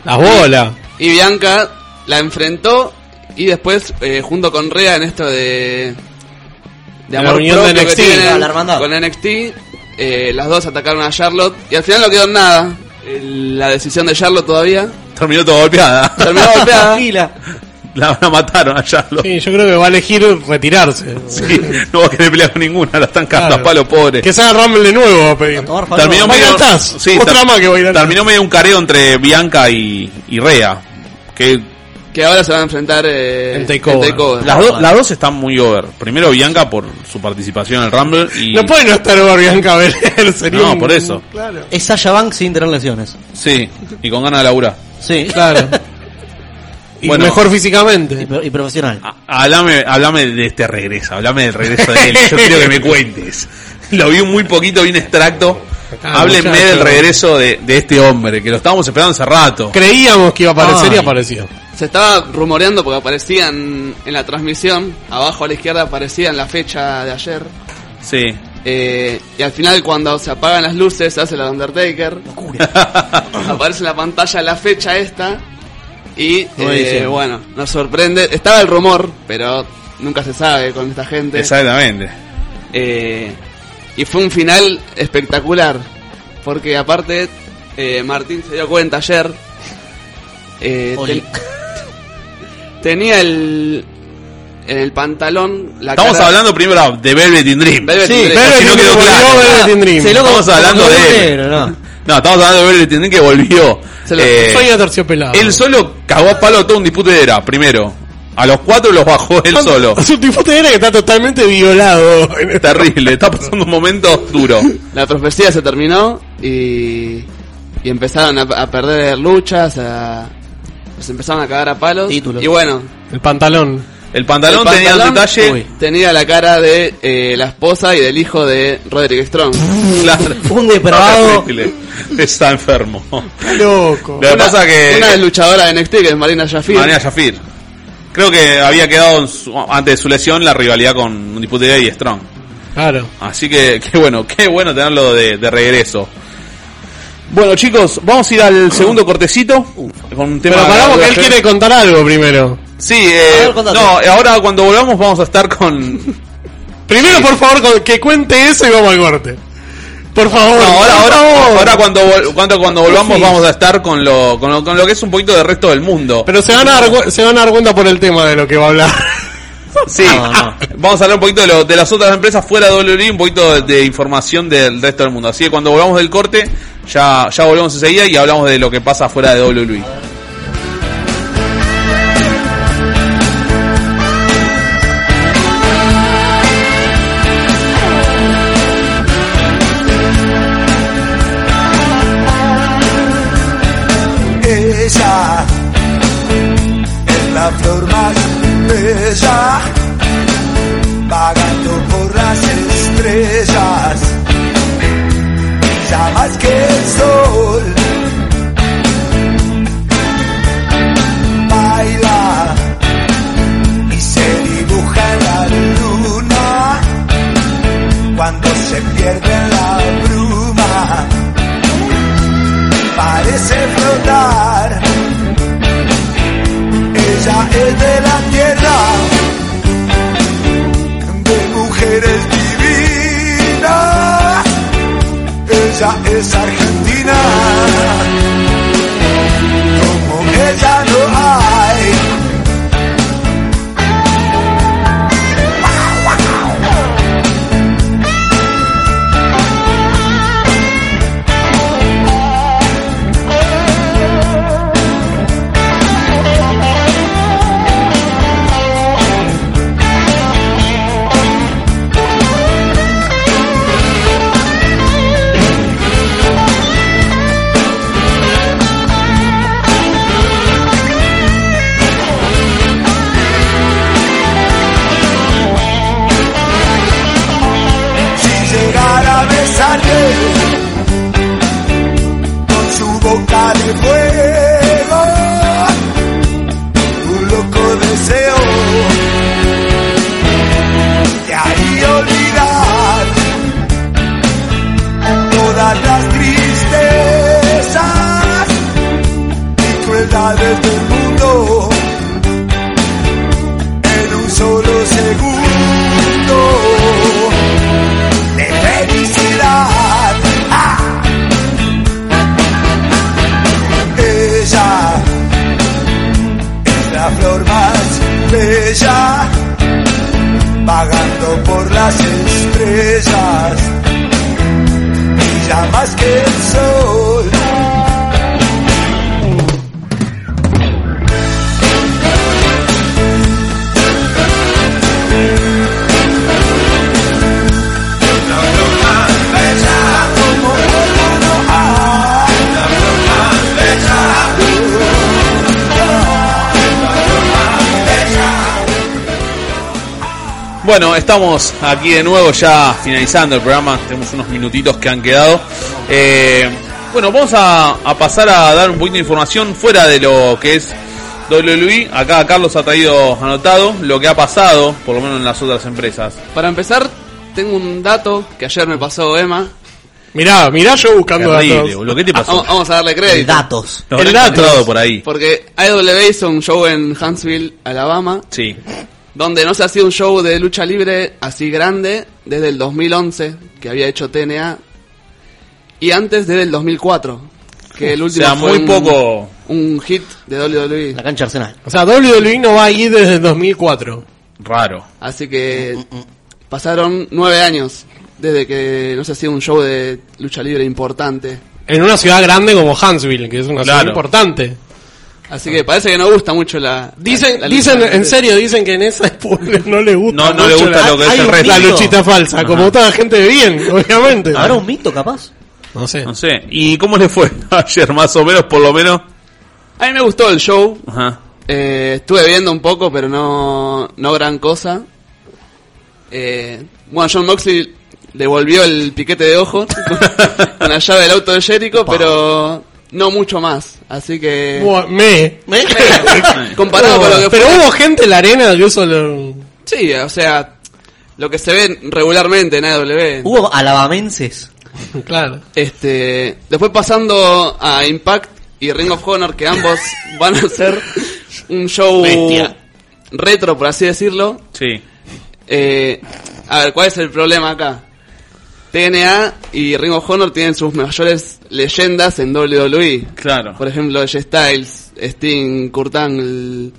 las bolas.
Y Bianca la enfrentó y después, eh, junto con Rhea en esto de.
La unión de
propio que
NXT,
tienen
a Ah, la hermandad.
Con NXT, eh, las dos atacaron a Charlotte y al final no quedó en nada. El- la decisión de Charlotte todavía.
Terminó todo golpeada.
Terminó golpeada.
Tranquila.
La, la mataron a Charlotte.
Sí, yo creo que va a elegir retirarse.
Sí, no va a querer pelear con ninguna, la están cagando
Claro.
a palo, pobre.
Que se haga Rumble de nuevo, va a pedir.
Tomar favor.
Terminó
Bailan
medio,
taz. Otra más que bailan taz.
terminó medio un careo entre Bianca y, y Rea. Que
Que ahora se van a enfrentar eh,
En Takeover.
las, do- las dos están muy over. Primero Bianca por su participación en el Rumble y
No puede no estar over Bianca Belair, sería
No,
un-
por eso.
Claro.
Es Sasha Banks sin tener lesiones.
sí, y con ganas de laburar.
Sí.
Claro. Y
Bueno.
mejor físicamente.
Y, pro- y profesional.
Ha- Háblame, háblame de este regreso, háblame del regreso de él. Yo quiero que me cuentes. Lo vi muy poquito, vi un extracto.
Ah,
Háblenme
muchacho.
del regreso de, de este hombre, que lo estábamos esperando hace rato.
Creíamos que iba a aparecer y
Ay.
apareció.
Se estaba rumoreando porque aparecían en la transmisión, abajo a la izquierda aparecían la fecha de ayer.
Sí.
eh, y al final cuando se apagan las luces, hace la de Undertaker, aparece en la pantalla la fecha esta. Y
Nueve de
eh,
diciembre.
bueno, nos sorprende. Estaba el rumor, pero nunca se sabe con esta gente.
Exactamente.
Eh, y fue un final espectacular. Porque aparte, eh, Martín se dio cuenta ayer. eh,
Oli.
ten- tenía el. En el pantalón la
Estamos
cara-
hablando primero ah, de Velvet in Dream.
Velvet in Dream.
Velvet
Si no
in Dream
quedó
volvió,
claro.
Velvet in Dream.
Se lo-
Estamos
como-
hablando
como
de él.
negro, no.
No, estamos hablando de Velvet in Dream que volvió.
Se lo-
Eh,
Soy aterciopelado.
él solo cagó a palo a todo un disputera, primero. A los cuatro los bajó él solo.
Es un tipo de nene que está totalmente violado.
Terrible, está pasando un momento duro.
La profecía se terminó y, y empezaron a, a perder luchas, a, los empezaron a cagar a palos.
Títulos.
Y bueno,
El pantalón.
El pantalón,
el pantalón
tenía un detalle.
Uy.
tenía la cara de eh, la esposa y del hijo de Roderick Strong.
Claro.
Un depravado.
Terrible. Está enfermo.
Loco.
Lo que pasa que.
Una luchadora de NXT que es Marina Shafir.
María Shafir. Creo que había quedado en su- antes de su lesión la rivalidad con un disputera y Strong.
Claro.
Así que qué bueno, qué bueno tenerlo de, de regreso. Bueno chicos, vamos a ir al segundo cortecito con un tema.
Pero paramos que él
Sí,
quiere contar algo primero.
Sí, eh,
A ver, contate.
no, ahora cuando volvamos vamos a estar con.
Primero, por favor, con- que cuente eso y vamos al corte. Por favor.
No, ahora,
por
ahora,
favor.
ahora cuando, vol- cuando cuando volvamos vamos a estar con lo, con lo con lo que es un poquito del resto del mundo.
Pero se van, a dar, cu- se van a dar cuenta por el tema de lo que va a hablar.
Sí,
No, no.
vamos a hablar un poquito de, lo- de las otras empresas fuera de WWE, un poquito de, de información del resto del mundo. Así que cuando volvamos del corte, ya, ya volvemos enseguida y hablamos de lo que pasa fuera de WWE.
Ella es la flor más bella, vagando por las estrellas, ya más que el sol. Baila y se dibuja en la luna cuando se pierde en la bruma parece flotar. Ella es de la tierra, de mujeres divinas. Ella es argentina, como ella no hay. si llegara a besarle con su boca de fuego, un loco deseo te haría olvidar todas las tristezas y crueldades del mundo en un solo segundo de felicidad. ¡Ah! Ella es la flor más bella, vagando por las estrellas, y ya más que el sol.
Bueno, estamos aquí de nuevo ya finalizando el programa, tenemos unos minutitos que han quedado. Eh, bueno, vamos a, a pasar a dar un poquito de información fuera de lo que es WWE. Acá Carlos ha traído anotado lo que ha pasado, por lo menos en las otras empresas.
Para empezar, tengo un dato que ayer me pasó Emma.
Mirá, mirá yo buscando
Terrible,
datos.
boludo, ¿qué te
Ah,
pasó?
vamos, vamos a darle crédito.
Datos.
Lo
el
habrán
dato.
encontrado por ahí.
Porque AEW hizo un show en Huntsville, Alabama,
Sí.
donde no se hacía un show de lucha libre así grande desde el 2011, que había hecho TNA. y antes desde el 2004, que el
O
último
sea,
fue
muy
un-
poco.
un hit de E. WWE.
La cancha Arsenal.
O sea, WWE no va a ir desde el 2004.
Raro.
Así que
Mm,
pasaron nueve años desde que no se hacía un show de lucha libre importante.
En una ciudad grande como Huntsville, que es una ciudad
Claro.
importante.
Así que parece que no gusta mucho la.
Ah. Dicen,
la lucha
dicen,
libre.
en serio, dicen que en esa pueblo no le gusta.
No, no le
mucho
gusta
la,
lo que es
hay
el
un
resto.
la
mito.
luchita falsa, como toda gente de bien, obviamente.
¿Habrá un mito capaz?
No sé.
No sé. ¿Y cómo le fue ayer, más o menos, por lo menos?
A mí me gustó el show.
Ajá.
Eh, estuve viendo un poco, pero no, no gran cosa. Eh, bueno, John Moxley devolvió el piquete de ojo con la llave del auto de Jericho, pero no mucho más. Así que.
Buah, me.
¿Eh?
Comparado con lo que fue-
Pero hubo gente en la arena que eso lo...
Sí, o sea, lo que se ve regularmente en AW.
Hubo alabamenses.
Claro.
Este, después pasando a Impact y Ring of Honor, que ambos van a hacer un show
Bestia.
retro, por así decirlo.
Sí.
Eh, a ver, ¿cuál es el problema acá? TNA y Ring of Honor tienen sus mayores leyendas en WWE.
Claro.
Por ejemplo, J Styles, Sting, Kurt Angle,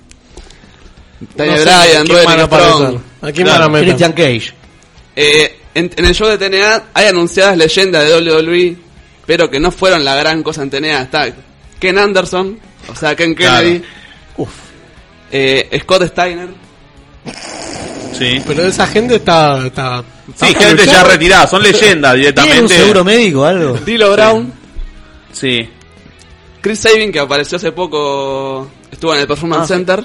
Tony
No sé
Bryan,
quién van a
Roderick Strong.
aparecer. ¿A quién
Claro.
van a meter?
Christian Cage.
Eh, en, en el show de TNA hay anunciadas leyendas de WWE, pero que no fueron la gran cosa en TNA. Está Ken Anderson, o sea, Ken Kennedy, eh, Scott Steiner.
Sí.
Pero esa gente está... está
Sí,
está
gente ya
luchando.
retirada, son leyendas
¿Tiene un
directamente.
seguro médico o algo?
Dilo Brown.
Sí.
Chris Sabin, que apareció hace poco, estuvo en el Performance Center.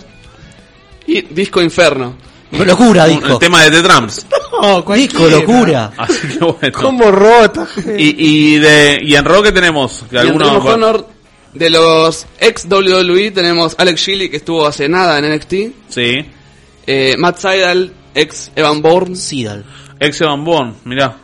Y Disco Inferno.
Locura,
Un- el
disco.
tema de The Tramps.
No,
Disco,
cualquiera.
locura.
Así que bueno.
¿Cómo rota?
Y, y, de, y en rock que tenemos. Que
Y en
alguno-
Ring of Honor, de los ex WWE, tenemos Alex Shelley, que estuvo hace nada en NXT.
Sí.
eh, Matt Seidel, ex Evan Bourne.
Sidal.
Ex Evan Bourne, mirá.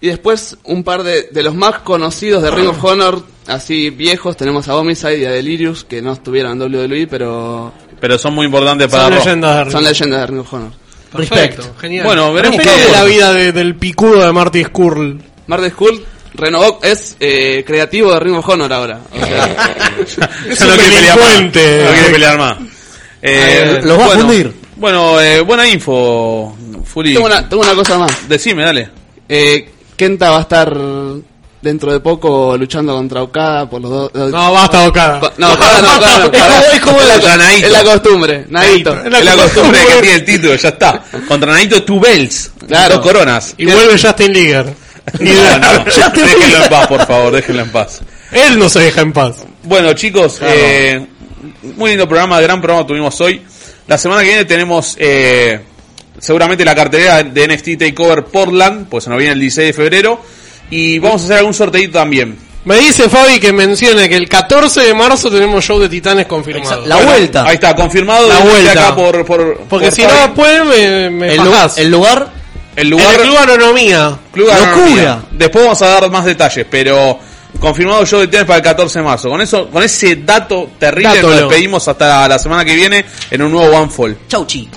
Y después un par de, de los más conocidos de Ring of Honor, así viejos, tenemos a Homicide y a Delirious, que no estuvieron en WWE, pero
Pero son muy importantes para
Son
rock.
leyendas de
son leyendas de Ring of Honor.
Respect.
Perfecto, Genial.
Bueno, veremos
Respecto
qué-
de la vida de- del picudo de Marty Skrull.
Marty Skull renovó, es eh, creativo de Ring of Honor ahora. O
Eh,
sea,
Ya
Es
no
un
quiere pelear más.
delincuente.
No quiere pelear más. Eh,
Los va a
bueno,
fundir.
Bueno, eh, buena info, Fuli.
tengo, una, tengo una cosa más.
Decime, dale.
Eh, Kenta va a estar dentro de poco luchando contra Okada por los dos. dos-
No, basta, Okada.
no, Okada no, Okada no,
Es como-
Okada.
es como la-
Es la,
Naito.
es la costumbre, Naito.
Naito.
Es la costumbre que tiene el título, ya está. Contra Naito, two belts.
Claro.
Dos coronas.
Y vuelve Justin Liger. Y
No, no,
ya te
Déjenlo en paz, por favor, déjenlo en paz.
Él no se deja en paz.
Bueno, chicos, eh, muy lindo programa, gran programa tuvimos hoy. La semana que viene tenemos eh, seguramente la cartelera de NXT Takeover Portland, pues se nos viene el 16 de febrero. Y vamos a hacer algún sorteito también.
Me dice Fabi que mencione que el 14 de marzo tenemos show de Titanes confirmado.
Exacto. La vuelta.
Ahí está, confirmado.
La
de
vuelta.
acá por, por-
Porque
por
si
Fabi.
no puede, me, me
El, lu-
fajás.
el lugar.
el
En
lugar
el Club Agronomía.
Club Agronomía.
Locura.
Después vamos a dar más detalles, pero confirmado yo de tienes para el 14 de marzo. Con eso, con ese dato terrible
Dátolo.
nos despedimos hasta la semana que viene en un nuevo One Fall.
Chau, chi.